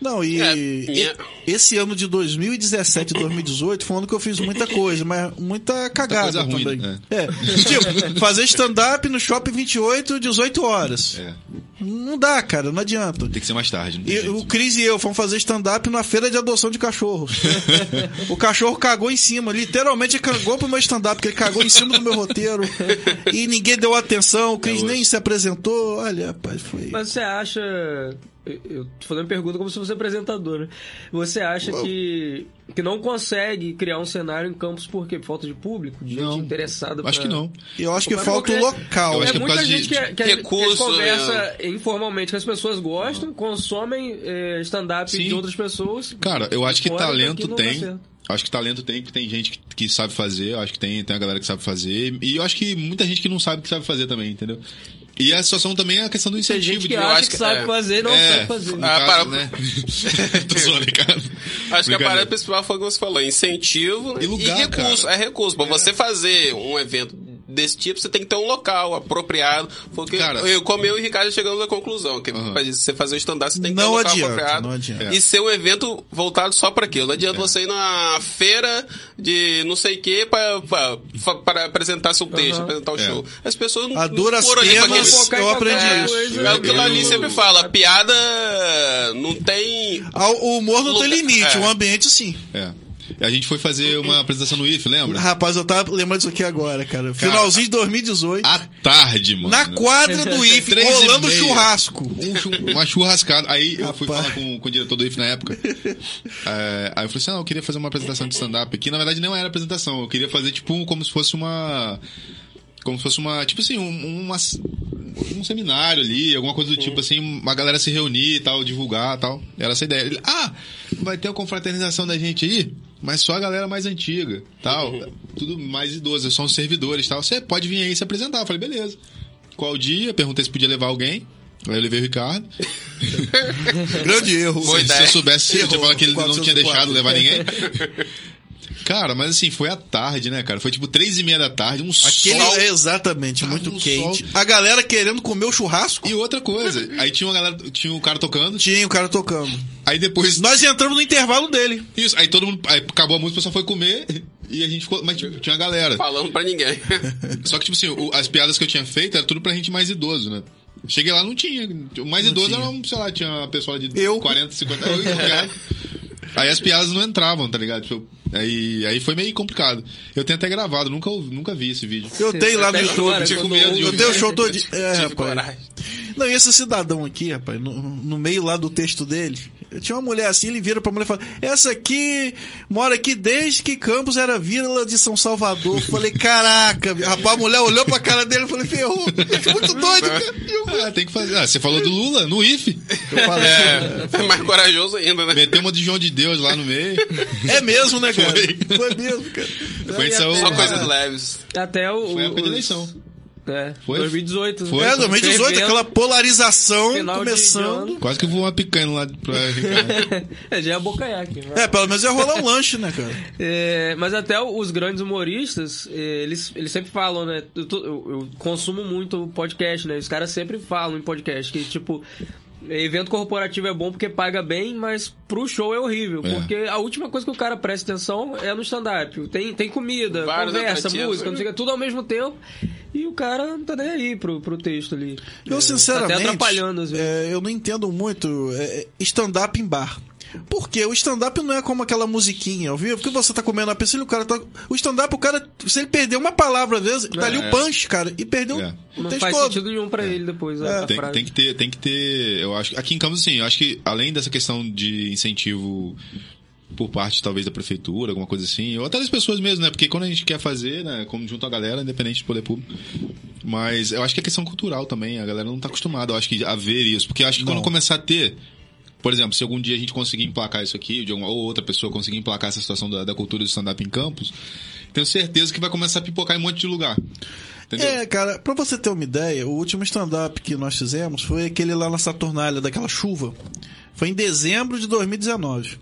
Speaker 2: Não, e,
Speaker 3: É,
Speaker 2: e-
Speaker 3: minha-
Speaker 2: esse ano de 2017 e 2018 foi um ano que eu fiz muita coisa, mas muita cagada
Speaker 5: coisa ruim,
Speaker 2: também.
Speaker 5: né?
Speaker 2: É. Tipo, fazer stand-up no shopping 28, 18 horas.
Speaker 5: É,
Speaker 2: Não dá, cara, não adianta.
Speaker 5: tem que ser mais tarde, né?
Speaker 2: E o Cris e eu fomos fazer stand-up na feira de adoção de cachorros. o cachorro cagou em cima, literalmente cagou pro meu stand-up, porque ele cagou em cima do meu roteiro.
Speaker 5: É,
Speaker 2: E ninguém deu atenção, o Cris nem se apresentou. Olha, rapaz, foi.
Speaker 4: Mas você acha eu- Eu tô fazendo pergunta como se fosse apresentador, né? Você acha que, que não consegue criar um cenário em campos por quê? Por falta de público? De
Speaker 5: Não.
Speaker 4: gente interessada?
Speaker 5: Acho
Speaker 4: pra-
Speaker 5: que não.
Speaker 2: Eu acho que
Speaker 4: Mas
Speaker 2: falta o
Speaker 4: qualquer-
Speaker 2: local.
Speaker 5: Eu acho
Speaker 4: é
Speaker 5: que é por
Speaker 4: muita
Speaker 5: causa de- né?
Speaker 4: gente que, que,
Speaker 3: de
Speaker 4: que
Speaker 3: recurso,
Speaker 4: conversa informalmente, que as pessoas gostam, consomem eh, stand-up
Speaker 5: Uhum. Sim.
Speaker 4: de outras pessoas.
Speaker 5: Cara, eu acho que
Speaker 4: Fora
Speaker 5: talento
Speaker 4: daqui não dá
Speaker 5: tem.
Speaker 4: certo.
Speaker 5: Acho que talento tem, porque tem gente que, que sabe fazer, eu acho que tem, tem a galera que sabe fazer. E eu acho que muita gente que não sabe que sabe fazer também, entendeu? E a situação também é a questão do
Speaker 4: Tem
Speaker 5: incentivo.
Speaker 4: gente que
Speaker 5: de-
Speaker 4: acha
Speaker 3: acho
Speaker 4: que
Speaker 3: que-
Speaker 4: sabe
Speaker 3: é.
Speaker 4: fazer e não
Speaker 5: é,
Speaker 4: sabe fazer.
Speaker 5: no
Speaker 3: Ah,
Speaker 5: caso,
Speaker 3: para-
Speaker 5: né? Tô zoando, cara.
Speaker 3: Acho que a
Speaker 5: Brincadeira.
Speaker 3: parada principal foi o que você falou, incentivo
Speaker 5: E
Speaker 3: e,
Speaker 5: lugar,
Speaker 3: recurso.
Speaker 5: cara.
Speaker 3: É recurso. Pra você fazer um evento desse tipo, você tem que ter um local apropriado. Porque
Speaker 5: Cara.
Speaker 3: eu, como eu e o Ricardo chegamos à conclusão que
Speaker 5: Aham.
Speaker 3: pra você fazer o stand-up, você tem que ter
Speaker 2: Não
Speaker 3: um local
Speaker 2: adianta,
Speaker 3: apropriado.
Speaker 2: não adianta.
Speaker 3: E ser um evento voltado só pra aquilo. Não adianta você ir na feira de não sei o que pra, pra, pra- pra apresentar seu texto,
Speaker 4: Aham.
Speaker 3: apresentar o
Speaker 5: É.
Speaker 3: show. As pessoas não
Speaker 2: A duras
Speaker 3: foram ali pra
Speaker 2: penas,
Speaker 3: aquele-
Speaker 4: Focar em
Speaker 2: eu
Speaker 4: qualquer
Speaker 2: aprendi
Speaker 4: coisa.
Speaker 2: isso.
Speaker 3: É o que o
Speaker 5: Eu-
Speaker 3: Lali sempre fala, a piada não tem
Speaker 2: Ah, O humor não tem
Speaker 3: Lugar-
Speaker 2: limite,
Speaker 3: é.
Speaker 2: o ambiente sim.
Speaker 5: É. E A gente foi fazer uma apresentação no IF, lembra?
Speaker 2: Rapaz, eu tava lembrando disso aqui agora, cara. Finalzinho de 2018.
Speaker 5: À tarde, mano.
Speaker 2: Na quadra do IF,
Speaker 5: Ah, Três e
Speaker 2: rolando
Speaker 5: meia.
Speaker 2: churrasco.
Speaker 5: Um chu- uma churrascada. Aí eu fui
Speaker 2: Rapaz.
Speaker 5: falar com, com o diretor do IF na época. É, aí eu falei assim: ah, eu queria fazer uma apresentação de stand-up. Que na verdade não era apresentação. Eu queria fazer tipo um- como se fosse uma. Como se fosse uma. Tipo assim, um, uma- um seminário ali, alguma coisa do tipo assim, uma galera se reunir e tal, divulgar e tal. Era essa ideia. Ele, ah, vai ter a confraternização da gente aí? Mas só a galera mais antiga, tal. Tudo mais idoso, são os servidores tal. Você pode vir aí se apresentar. Eu falei, beleza. Qual dia? Perguntei se podia levar alguém. Aí eu levei o Ricardo.
Speaker 2: Grande erro.
Speaker 3: Boa
Speaker 5: Se
Speaker 3: ideia.
Speaker 5: eu soubesse, eu tinha
Speaker 2: Errou.
Speaker 5: falado que ele não
Speaker 2: 404.
Speaker 5: tinha deixado levar ninguém. Cara, mas assim, foi à tarde, né, cara? Foi tipo três e meia da tarde, um
Speaker 2: Aquele
Speaker 5: sol.
Speaker 2: é exatamente, muito
Speaker 5: um
Speaker 2: quente. A galera querendo comer o churrasco.
Speaker 5: E outra coisa, aí tinha uma galera, tinha um cara tocando,
Speaker 2: Tinha o cara tocando.
Speaker 5: aí depois...
Speaker 2: Nós entramos no intervalo dele.
Speaker 5: Isso, aí todo mundo... Aí acabou a música, o pessoal foi comer e a gente ficou... Mas tipo, tinha uma galera.
Speaker 3: falando pra ninguém.
Speaker 5: Só que, tipo assim, o- as piadas que eu tinha feito era tudo pra gente mais idoso, né? Cheguei lá, não tinha. O mais idoso era, um, sei lá, tinha uma pessoa de
Speaker 2: Eu.
Speaker 5: 40, 50 anos. tá ligado? aí as piadas não entravam, tá ligado? Tipo, aí, aí foi meio complicado. Eu tenho até gravado, nunca, ouvi- nunca vi esse vídeo.
Speaker 2: Eu tenho lá no
Speaker 4: Até
Speaker 2: YouTube.
Speaker 4: agora,
Speaker 5: tinha
Speaker 4: quando
Speaker 5: com medo de
Speaker 4: ouve- né?
Speaker 2: Eu tenho o show todo. É,
Speaker 3: Tive
Speaker 2: rapaz.
Speaker 3: coragem.
Speaker 2: Não, e esse cidadão aqui, rapaz, no, no meio lá do texto dele, tinha uma mulher assim, ele vira pra mulher e fala: Essa aqui mora aqui desde que Campos era vila de São Salvador. Eu Falei, caraca, rapaz, a mulher olhou pra cara dele e falei, ferrou. Muito doido, cara. E eu-
Speaker 5: Ah, tem que fazer. Ah, você falou do Lula, no IFE.
Speaker 2: Eu falei,
Speaker 3: É, é mais corajoso ainda, né?
Speaker 5: Meteu uma de João de Deus lá no meio.
Speaker 2: é mesmo, né, cara?
Speaker 5: Foi.
Speaker 2: Foi mesmo, cara.
Speaker 5: Foi só
Speaker 3: Só
Speaker 5: o-
Speaker 3: coisas leves.
Speaker 4: Até o.
Speaker 5: Foi a época de
Speaker 4: os-
Speaker 5: eleição.
Speaker 4: É,
Speaker 5: Foi?
Speaker 4: 2018.
Speaker 5: Foi?
Speaker 2: É, 2018,
Speaker 4: Evento,
Speaker 2: aquela polarização
Speaker 4: né? final de-
Speaker 2: começando.
Speaker 4: de ano.
Speaker 5: Quase que eu vou uma picanha lá pra Ricardo.
Speaker 4: É, já é bocanhaque. vai.
Speaker 2: É, pelo menos ia rolar um lanche, né, cara?
Speaker 4: É, mas até os grandes humoristas, é, eles, eles sempre falam, né? Eu, tô- eu- eu consumo muito podcast, né? Os caras sempre falam em podcast que, tipo, evento corporativo é bom porque paga bem, mas pro show é horrível.
Speaker 5: É.
Speaker 4: Porque a última coisa que o cara presta atenção é no stand-up. Tem, tem comida,
Speaker 3: Vários
Speaker 4: conversa,
Speaker 3: atrativos.
Speaker 4: música, não sei o que, tudo ao mesmo tempo. E o cara não tá nem aí pro, pro texto ali.
Speaker 2: Eu,
Speaker 4: É,
Speaker 2: sinceramente,
Speaker 4: Tá até atrapalhando às vezes.
Speaker 2: é, eu não entendo muito é, stand-up em bar. Porque o stand-up não é como aquela musiquinha, ouviu? Porque você tá comendo a pizza e o cara tá. O stand-up, o cara, se ele perder uma palavra, às vezes, tá ali
Speaker 5: É.
Speaker 2: o punch, cara, e perdeu
Speaker 5: É.
Speaker 2: o
Speaker 4: Não
Speaker 2: texto
Speaker 4: faz
Speaker 2: todo.
Speaker 4: sentido nenhum pra ele depois né?
Speaker 2: É.
Speaker 4: a, a
Speaker 5: tem,
Speaker 4: frase.
Speaker 5: tem que ter, tem que ter, eu acho, aqui em Campos assim, eu acho que além dessa questão de incentivo por parte talvez da prefeitura, alguma coisa assim, ou até das pessoas mesmo, né? Porque quando a gente quer fazer, né, como junto a galera, independente do poder público. Mas eu acho que é questão cultural também, a galera não tá acostumada, eu acho que a ver isso, porque eu acho que quando
Speaker 2: Não.
Speaker 5: começar a ter por exemplo, se algum dia a gente conseguir emplacar isso aqui, de alguma, ou outra pessoa conseguir emplacar essa situação da, da cultura do stand-up em campos, tenho certeza que vai começar a pipocar em um monte de lugar. Entendeu?
Speaker 2: É, cara, pra você ter uma ideia, o último stand-up que nós fizemos foi aquele lá na Saturnália, daquela chuva. Foi em dezembro de 2019.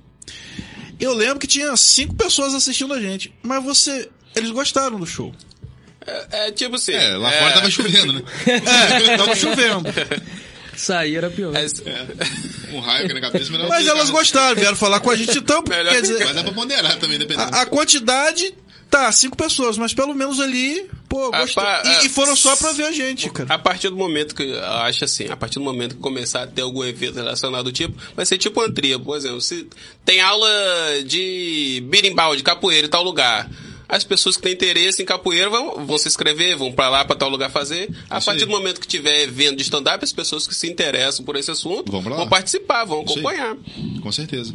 Speaker 2: Eu lembro que tinha cinco pessoas assistindo a gente, mas você. Eles gostaram do show.
Speaker 3: É, é tipo assim.
Speaker 5: É, lá fora tava chovendo, né?
Speaker 2: É, tava chovendo.
Speaker 4: Sair era pior.
Speaker 3: é,
Speaker 5: Um raio aqui na cabeça, melhor
Speaker 2: Mas
Speaker 5: não
Speaker 2: elas
Speaker 5: ficar.
Speaker 2: gostaram, vieram falar com a gente então, porque,
Speaker 3: Melhor
Speaker 2: quer
Speaker 5: Mas
Speaker 2: dizer,
Speaker 5: dá pra ponderar também, dependendo.
Speaker 2: a, a quantidade tá, cinco pessoas, mas pelo menos ali, pô,
Speaker 3: Ah,
Speaker 2: gostou.
Speaker 3: pá,
Speaker 2: E,
Speaker 5: é.
Speaker 3: ah,
Speaker 2: e foram só pra ver a gente, cara.
Speaker 3: A partir do momento que, eu acho assim, a partir do momento que começar a ter algum evento relacionado ao tipo, vai ser tipo uma tria, por exemplo, se tem aula de birimbau, de capoeira em tal lugar. as pessoas que têm interesse em capoeira vão, vão se inscrever, vão pra lá, pra tal lugar fazer. A
Speaker 5: Isso
Speaker 3: partir
Speaker 5: aí.
Speaker 3: do momento que tiver evento de stand-up, as pessoas que se interessam por esse assunto
Speaker 5: Vão pra lá.
Speaker 3: vão participar, vão
Speaker 5: Isso aí.
Speaker 3: acompanhar.
Speaker 5: Com certeza.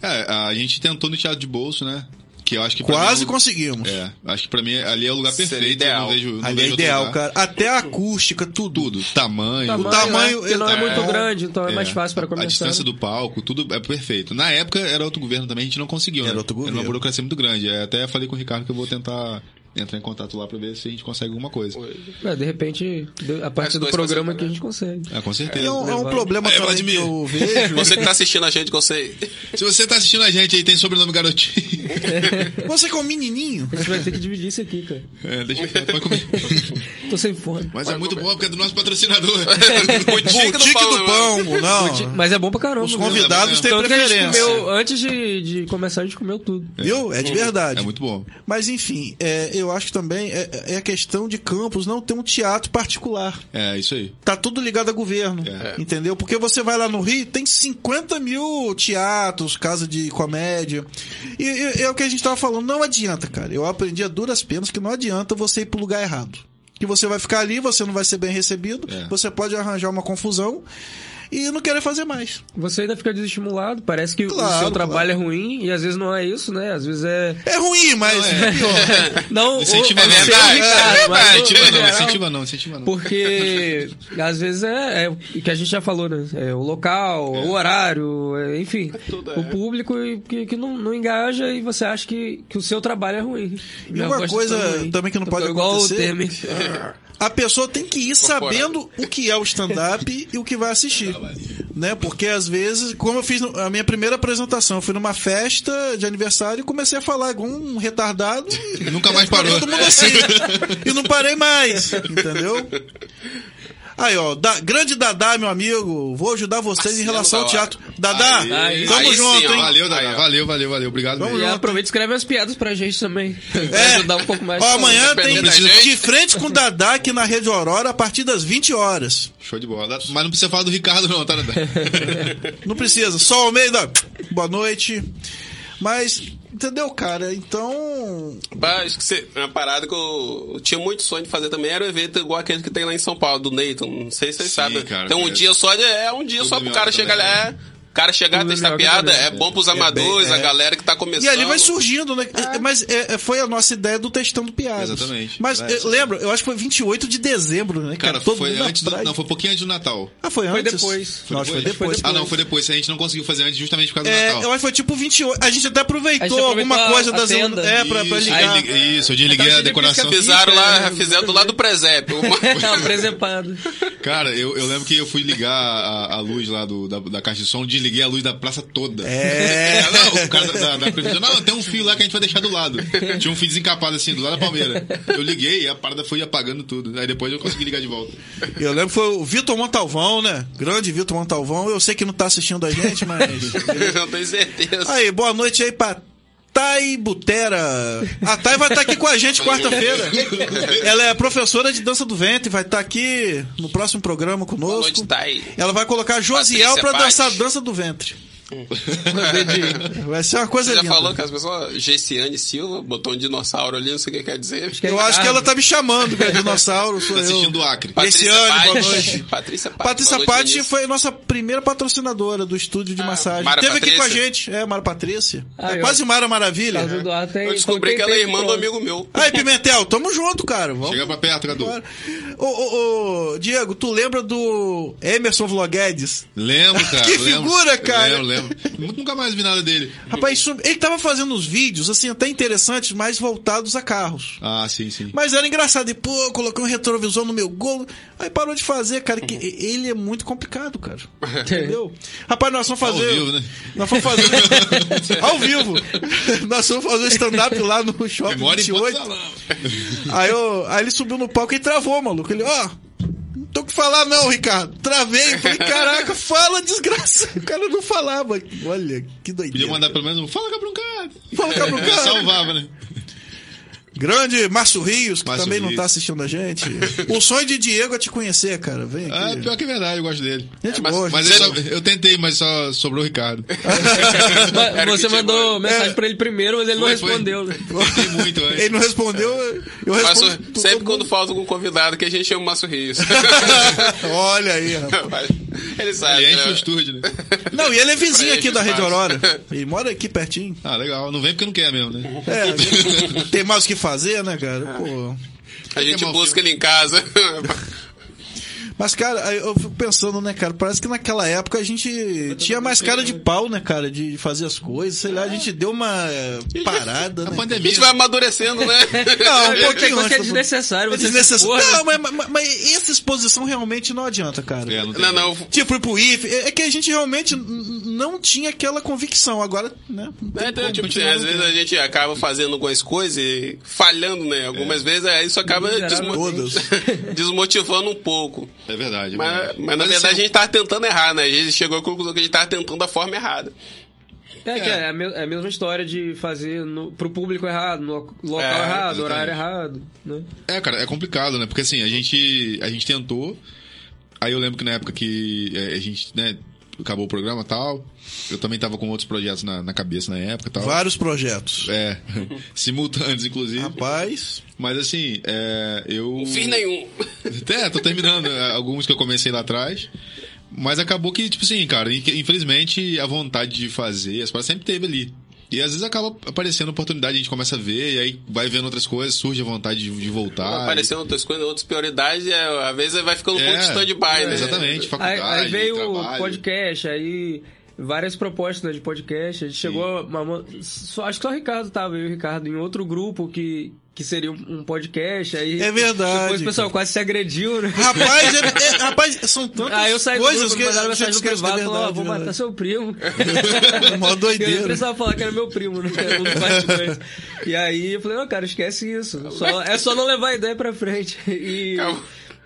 Speaker 5: É, a gente tentou no teatro de bolso, né? Que eu acho que pra
Speaker 2: Quase
Speaker 5: mim,
Speaker 2: conseguimos.
Speaker 5: É, acho que pra mim ali é o lugar
Speaker 3: Seria
Speaker 5: perfeito.
Speaker 3: ideal.
Speaker 5: Eu não vejo, não
Speaker 2: Ali é
Speaker 5: vejo outro
Speaker 2: ideal,
Speaker 5: lugar.
Speaker 2: cara. Até a acústica, tudo.
Speaker 5: Tudo, tamanho,
Speaker 4: Tamanho,
Speaker 2: tamanho-
Speaker 4: né? Porque não é,
Speaker 2: é,
Speaker 4: muito grande, então é, mais fácil para
Speaker 5: a- A
Speaker 4: começar.
Speaker 5: distância do palco, tudo é perfeito. Na época era outro governo também, a gente não conseguiu.
Speaker 2: Era
Speaker 5: né?
Speaker 2: outro
Speaker 5: Era
Speaker 2: governo.
Speaker 5: uma burocracia muito grande. É, Até falei com o Ricardo que eu vou tentar entrar em contato lá pra ver se a gente consegue alguma coisa.
Speaker 4: É, de repente, deu- a parte
Speaker 3: Mas
Speaker 4: do
Speaker 3: dois
Speaker 4: programa
Speaker 3: fazendo,
Speaker 4: que a
Speaker 3: né?
Speaker 4: gente consegue.
Speaker 5: É, com certeza.
Speaker 2: É um, é um
Speaker 4: Vai.
Speaker 2: problema
Speaker 5: É,
Speaker 2: também que
Speaker 5: Vladimir.
Speaker 2: eu vejo.
Speaker 3: Você que tá assistindo a gente, que eu sei.
Speaker 5: Se você tá assistindo a gente aí, tem sobrenome garotinho.
Speaker 2: Você que é um menininho.
Speaker 4: A gente vai ter que dividir isso aqui, cara.
Speaker 5: É, deixa eu pode comer.
Speaker 4: Tô sem fome.
Speaker 5: Mas é muito bom porque é do nosso patrocinador.
Speaker 3: Boutique né,
Speaker 2: Boutique do
Speaker 5: né?
Speaker 2: pão, não.
Speaker 4: Mas é bom pra caramba.
Speaker 2: Os
Speaker 4: né?
Speaker 2: convidados têm
Speaker 4: Tanto que a gente
Speaker 2: preferência.
Speaker 4: comeu, antes de, de começar, a gente comeu tudo.
Speaker 2: Viu? É de
Speaker 5: É
Speaker 2: verdade.
Speaker 5: muito bom.
Speaker 2: Mas enfim, é, eu acho que também é, é a questão de Campos não ter um teatro particular.
Speaker 5: É, isso aí.
Speaker 2: Tá tudo ligado a governo.
Speaker 5: É.
Speaker 2: Entendeu? Porque você vai lá no Rio, tem 50 mil teatros, casa de comédia. E, e- é o que a gente tava falando, não adianta, cara. Eu aprendi a duras penas que não adianta você ir pro lugar errado. Que você vai ficar ali, você não vai ser bem recebido,
Speaker 5: É.
Speaker 2: você pode arranjar uma confusão e não querer fazer mais.
Speaker 4: Você ainda fica desestimulado, parece que o
Speaker 2: Claro,
Speaker 4: seu
Speaker 2: claro.
Speaker 4: trabalho é ruim, e às vezes não é isso, né? Às vezes é...
Speaker 2: É ruim, mas é. pior. É
Speaker 4: Não, o, o seu
Speaker 5: Incentiva
Speaker 4: Ricardo,
Speaker 5: não.
Speaker 3: verdade, é
Speaker 4: mas no-
Speaker 5: Incentiva
Speaker 4: no
Speaker 5: não,
Speaker 4: geral,
Speaker 5: incentiva não, incentiva não.
Speaker 4: Porque às vezes é, é o que a gente já falou, né? É o local, o horário, é, enfim.
Speaker 3: tudo, é.
Speaker 4: O público e- que, que não, não engaja e você acha que, que o seu trabalho é ruim.
Speaker 2: E
Speaker 4: Eu
Speaker 2: uma
Speaker 4: gosto
Speaker 2: coisa
Speaker 4: de tudo ruim.
Speaker 2: também que não pode
Speaker 4: Tô igual
Speaker 2: acontecer-
Speaker 4: o Temer.
Speaker 2: A pessoa tem que ir
Speaker 3: Corporal.
Speaker 2: sabendo o que é o stand-up e o que vai assistir. Né? Porque às vezes, como eu fiz no- a minha primeira apresentação, eu fui numa festa de aniversário e comecei a falar igual um retardado. e-
Speaker 5: Nunca mais parou.
Speaker 2: Todo mundo assim. e não parei mais, entendeu? Aí, ó, da, grande Dadá, meu amigo, vou ajudar vocês em
Speaker 3: Marcelo
Speaker 2: relação ao
Speaker 3: Dadá.
Speaker 2: teatro. Dadá,
Speaker 4: Aí,
Speaker 2: tamo
Speaker 3: aí
Speaker 2: junto,
Speaker 3: sim, ó,
Speaker 2: hein?
Speaker 5: Valeu,
Speaker 3: Aí,
Speaker 5: Dadá.
Speaker 3: ó.
Speaker 5: Valeu, valeu, valeu. Obrigado mesmo.
Speaker 4: E aproveita e escreve umas piadas pra gente também.
Speaker 2: É.
Speaker 4: Pra ajudar um pouco mais.
Speaker 2: Ó, amanhã tem
Speaker 3: Dependendo da gente.
Speaker 2: de frente com o Dadá aqui na Rede Aurora a partir das 20 horas.
Speaker 5: Show de bola. Mas não precisa falar do Ricardo, não, tá, Dadá?
Speaker 2: Não precisa. Sol Almeida, boa noite. Mas, entendeu, cara? Então.
Speaker 3: Bah, acho que você- é uma parada que eu, eu tinha muito sonho de fazer também era um evento igual aquele que tem lá em São Paulo, do Nathan. Não sei se vocês
Speaker 5: Sim,
Speaker 3: sabem.
Speaker 5: cara,
Speaker 3: Tem um
Speaker 5: cara.
Speaker 3: dia só, de- é um dia
Speaker 5: Tudo
Speaker 3: só pro
Speaker 5: minhoca
Speaker 3: cara chegar
Speaker 5: também,
Speaker 3: lá. É, o cara chegar,
Speaker 4: Tudo
Speaker 3: testar
Speaker 4: minhoca
Speaker 3: piada,
Speaker 4: também,
Speaker 3: é bom pros amadores, a galera que tá começando.
Speaker 2: E ali vai surgindo, né? É, Mas é, é, foi a nossa ideia do testando piadas.
Speaker 5: Exatamente.
Speaker 2: Mas
Speaker 5: É,
Speaker 2: é, lembra, eu acho que foi 28 de dezembro, né, cara?
Speaker 5: Cara,
Speaker 2: Todo
Speaker 5: foi
Speaker 2: mundo na
Speaker 5: antes do,
Speaker 2: praia.
Speaker 5: Não, foi um pouquinho antes do Natal.
Speaker 2: Ah, foi
Speaker 4: Foi
Speaker 2: antes?
Speaker 4: depois.
Speaker 2: Não, acho que foi depois.
Speaker 5: Ah, não, foi depois. A gente não conseguiu fazer antes justamente por causa do
Speaker 2: É,
Speaker 5: Natal.
Speaker 2: eu acho que foi tipo 28. A gente até aproveitou,
Speaker 4: A gente aproveitou
Speaker 2: alguma coisa
Speaker 4: a- a
Speaker 2: das.
Speaker 4: tenda.
Speaker 2: É, pra, pra
Speaker 5: Isso,
Speaker 2: ligar.
Speaker 5: aí ligue- Isso, eu desliguei
Speaker 4: Então,
Speaker 5: a
Speaker 4: a gente
Speaker 5: decoração.
Speaker 4: fica
Speaker 3: Fizeram lá,
Speaker 4: Sim,
Speaker 3: fizeram do lado do presépio. Uma-
Speaker 4: Uma presepada.
Speaker 5: Cara, eu, eu lembro que eu fui ligar a, a luz lá do, da, da caixa de som, desliguei a luz da praça toda.
Speaker 2: É.
Speaker 5: Não, o cara da, da, da prefeitura, não, tem um fio lá que a gente vai deixar do lado. Tinha um fio desencapado assim, do lado da palmeira. Eu liguei e a parada foi apagando tudo. Aí depois eu consegui ligar de volta.
Speaker 2: Eu lembro que foi o Vitor Montalvão, né? Grande Vitor Montalvão. Eu sei que não tá assistindo a gente, mas.
Speaker 3: não tenho certeza.
Speaker 2: Aí, boa noite aí pra Thay Butera. A Thay vai estar aqui com a gente quarta-feira. Ela é professora de dança do ventre, vai estar aqui no próximo programa
Speaker 3: Boa noite,
Speaker 2: conosco.
Speaker 3: Thay.
Speaker 2: Ela vai colocar a Josiel
Speaker 3: Patrícia
Speaker 2: pra dançar
Speaker 3: Paz.
Speaker 2: dança do ventre. Vai ser uma coisa
Speaker 3: Você já
Speaker 2: linda.
Speaker 3: falou que as pessoas. Gessiane Silva botou um dinossauro ali, não sei o que quer dizer.
Speaker 4: que é
Speaker 2: Eu acho que
Speaker 4: Ricardo.
Speaker 2: ela tá me chamando, que é dinossauro, sou
Speaker 5: Tá
Speaker 2: eu.
Speaker 5: assistindo o Acre.
Speaker 2: Gessiane,
Speaker 3: Patti.
Speaker 2: boa noite.
Speaker 3: Patrícia Patti.
Speaker 2: Patrícia
Speaker 3: boa noite,
Speaker 2: Patti
Speaker 3: Vinícius.
Speaker 2: foi nossa primeira patrocinadora do estúdio de massagem.
Speaker 3: Mara
Speaker 2: Teve aqui com a
Speaker 3: Patrícia.
Speaker 2: gente. É, Mara Patrícia.
Speaker 4: Ah,
Speaker 2: é
Speaker 4: eu- tá
Speaker 2: quase Mara Maravilha.
Speaker 4: Mas o Eduardo tem-
Speaker 3: Eu descobri
Speaker 4: tem
Speaker 3: que ela é
Speaker 4: tempo
Speaker 3: irmã do
Speaker 4: pronto.
Speaker 3: amigo meu.
Speaker 2: Aí, Pimentel, tamo junto, cara. Vamos
Speaker 5: Chega pra perto, Cadu.
Speaker 2: Bora. Ô, ô, ô, Diego, tu lembra do Emerson Vloguedes?
Speaker 5: Lembro, cara.
Speaker 2: Que
Speaker 5: lembro.
Speaker 2: figura, cara.
Speaker 5: Lembro, lembro. Nunca mais vi nada dele.
Speaker 2: Rapaz, isso- ele tava fazendo uns vídeos, assim, até interessantes, mas voltados a carros.
Speaker 5: Ah, sim, sim.
Speaker 2: Mas era engraçado, e pô, eu coloquei um retrovisor no meu gol, aí parou de fazer, cara, que ele é muito complicado, cara. Entendeu? Rapaz, nós vamos fazer.
Speaker 5: vivo, né?
Speaker 2: Nós vamos fazer. ao vivo! Nós vamos fazer stand-up lá no shopping
Speaker 5: Memória em Porto
Speaker 2: 28.
Speaker 5: Salão.
Speaker 2: Aí, eu- aí ele subiu no palco e travou, maluco. Ele, ó, não tô o que falar não, Ricardo. Travei. Eu falei, caraca, fala, desgraça. O cara não falava. Olha, que
Speaker 5: Podia
Speaker 2: doideira.
Speaker 5: mandar pelo menos um. Fala, Gabrão, cara.
Speaker 2: Fala com a
Speaker 5: Já
Speaker 2: cara.
Speaker 5: salvava, né?
Speaker 2: Grande Márcio Rios, que
Speaker 5: Márcio
Speaker 2: também não
Speaker 5: Rios.
Speaker 2: tá assistindo a gente. o sonho de Diego é te conhecer, cara. Vem aqui.
Speaker 5: Ah, pior que é verdade, eu gosto dele.
Speaker 2: Gente
Speaker 3: mas-
Speaker 2: boa,
Speaker 5: Mas
Speaker 2: gente
Speaker 5: eu,
Speaker 2: boa.
Speaker 5: só- eu tentei, mas só sobrou o Ricardo.
Speaker 4: Mas Você mandou mensagem pra ele primeiro, mas ele não
Speaker 5: Foi, foi.
Speaker 4: respondeu. né?
Speaker 5: Tentei muito antes.
Speaker 2: Ele não respondeu, eu
Speaker 3: Márcio-
Speaker 2: respondo. todo
Speaker 3: sempre quando
Speaker 2: mundo.
Speaker 3: falta algum convidado que a gente chama o Márcio Rios.
Speaker 2: Olha aí, rapaz.
Speaker 3: Ele sabe.
Speaker 5: Ele
Speaker 3: né?
Speaker 5: enche o estúdio, né?
Speaker 2: Não, e ele é vizinho
Speaker 3: Pra
Speaker 2: aqui
Speaker 3: ele,
Speaker 2: da Rede
Speaker 3: fácil.
Speaker 2: Aurora. E mora aqui pertinho.
Speaker 5: Ah, legal. Não vem porque não quer mesmo, né?
Speaker 2: É, tem mais o que fazer, né, cara? Pô.
Speaker 3: A gente
Speaker 5: Ele é mau
Speaker 3: busca ele em casa.
Speaker 2: Mas, cara, aí eu fico pensando, né, cara? Parece que naquela época a gente tinha mais cara de pau, né, cara? De fazer as coisas, sei lá, a gente deu uma parada.
Speaker 5: A
Speaker 2: né?
Speaker 3: A
Speaker 5: pandemia.
Speaker 3: gente vai amadurecendo, né?
Speaker 2: Não, um
Speaker 4: Tem
Speaker 2: pouquinho
Speaker 4: coisa que é
Speaker 2: antes.
Speaker 4: desnecessário,
Speaker 2: É
Speaker 4: você se
Speaker 2: desnecessário.
Speaker 4: expor, né?
Speaker 2: Não, mas, mas- mas essa exposição realmente não adianta, cara.
Speaker 5: É, não tem
Speaker 3: Não,
Speaker 5: jeito.
Speaker 3: não.
Speaker 2: Tipo, ir pro IF, é é que a gente realmente n- n- não tinha aquela convicção. Agora, né? não tem
Speaker 3: É, então,
Speaker 2: como,
Speaker 3: tipo, assim,
Speaker 2: continua
Speaker 3: às
Speaker 2: não
Speaker 3: vezes
Speaker 2: tem.
Speaker 3: a gente acaba fazendo algumas coisas e falhando, né? Algumas vezes aí isso acaba
Speaker 4: Miserável.
Speaker 3: desmo-
Speaker 2: Todas.
Speaker 3: desmotivando um pouco.
Speaker 5: É verdade. é
Speaker 3: Mas,
Speaker 5: verdade.
Speaker 3: mas, na
Speaker 5: assim,
Speaker 3: verdade a gente tava tentando errar, né? A gente chegou à conclusão que a gente tava tentando da forma errada.
Speaker 4: É, que é a, me- é a mesma história de fazer no, pro público errado, no lo- local
Speaker 3: É,
Speaker 4: errado,
Speaker 5: exatamente.
Speaker 4: horário errado, né?
Speaker 5: É, cara, é complicado, né? Porque assim, a gente, a gente tentou. Aí eu lembro que na época que é, a gente, né, acabou o programa e tal. Eu também tava com outros projetos na, na cabeça na época e tal.
Speaker 2: Vários projetos.
Speaker 5: É, simultâneos, inclusive.
Speaker 2: Rapaz,
Speaker 5: Mas assim, é, eu.
Speaker 3: Não fiz nenhum.
Speaker 5: É, tô terminando é, alguns que eu comecei lá atrás. Mas acabou que, tipo assim, cara, in- infelizmente a vontade de fazer, as paradas sempre teve ali. E às vezes acaba aparecendo oportunidade, a gente começa a ver, e aí vai vendo outras coisas, surge a vontade de, de voltar.
Speaker 3: Aparecendo outras coisas, outras prioridades, e é, às vezes vai ficando um pouco de
Speaker 5: É,
Speaker 3: stand-by, né?
Speaker 5: Exatamente,
Speaker 4: Aí,
Speaker 5: faculdade,
Speaker 4: aí veio o
Speaker 5: trabalho.
Speaker 4: podcast, aí várias propostas né, de podcast, a gente chegou a uma- só, acho que só o Ricardo tava, eu e o Ricardo, em outro grupo que, que seria um um podcast, aí...
Speaker 2: É verdade,
Speaker 4: Depois o pessoal quase se agrediu, né?
Speaker 2: rapaz, é- é- rapaz, são tantas
Speaker 4: Aí Ah, eu saí do
Speaker 2: coisas
Speaker 4: grupo,
Speaker 2: que
Speaker 4: mandaram mensagem no
Speaker 2: esquece da
Speaker 4: privado, falou, ó,
Speaker 2: verdade, né?
Speaker 4: vou matar
Speaker 2: verdade.
Speaker 4: seu primo.
Speaker 2: Mó doideira.
Speaker 4: Eu precisava falar que era meu primo, né? Era um dos participantes. E aí eu falei, não, cara, esquece isso. Só- é só não levar a ideia pra frente. E...
Speaker 3: Calma.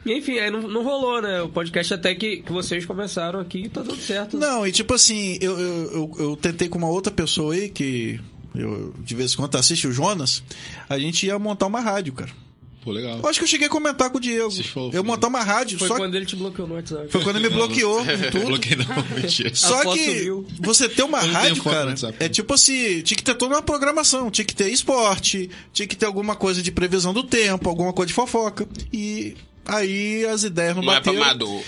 Speaker 4: e, enfim, aí não, não rolou, né? O podcast até que, que vocês começaram aqui e tá dando certo.
Speaker 2: Não, e tipo assim, eu, eu, eu, eu tentei com uma outra pessoa aí que eu, de vez em quando assiste o Jonas, a gente ia montar uma rádio, cara.
Speaker 5: Pô, legal.
Speaker 2: Eu acho que eu cheguei a comentar com o Diego.
Speaker 5: Se for,
Speaker 2: eu
Speaker 5: foi.
Speaker 2: montar uma rádio,
Speaker 4: Foi
Speaker 2: só
Speaker 4: quando ele te bloqueou no WhatsApp.
Speaker 2: foi quando ele me bloqueou em
Speaker 5: Eu
Speaker 2: tudo.
Speaker 5: Bloqueei não, mentira.
Speaker 4: A
Speaker 2: Só
Speaker 4: foto
Speaker 2: que
Speaker 4: subiu.
Speaker 2: você ter uma
Speaker 5: Eu não
Speaker 2: rádio,
Speaker 5: tenho foto no
Speaker 2: cara,
Speaker 5: WhatsApp.
Speaker 2: é tipo assim, tinha que ter toda uma programação, tinha que ter esporte, tinha que ter alguma coisa de previsão do tempo, alguma coisa de fofoca. E aí as ideias não
Speaker 3: Não é pra
Speaker 2: bateram.
Speaker 3: amador.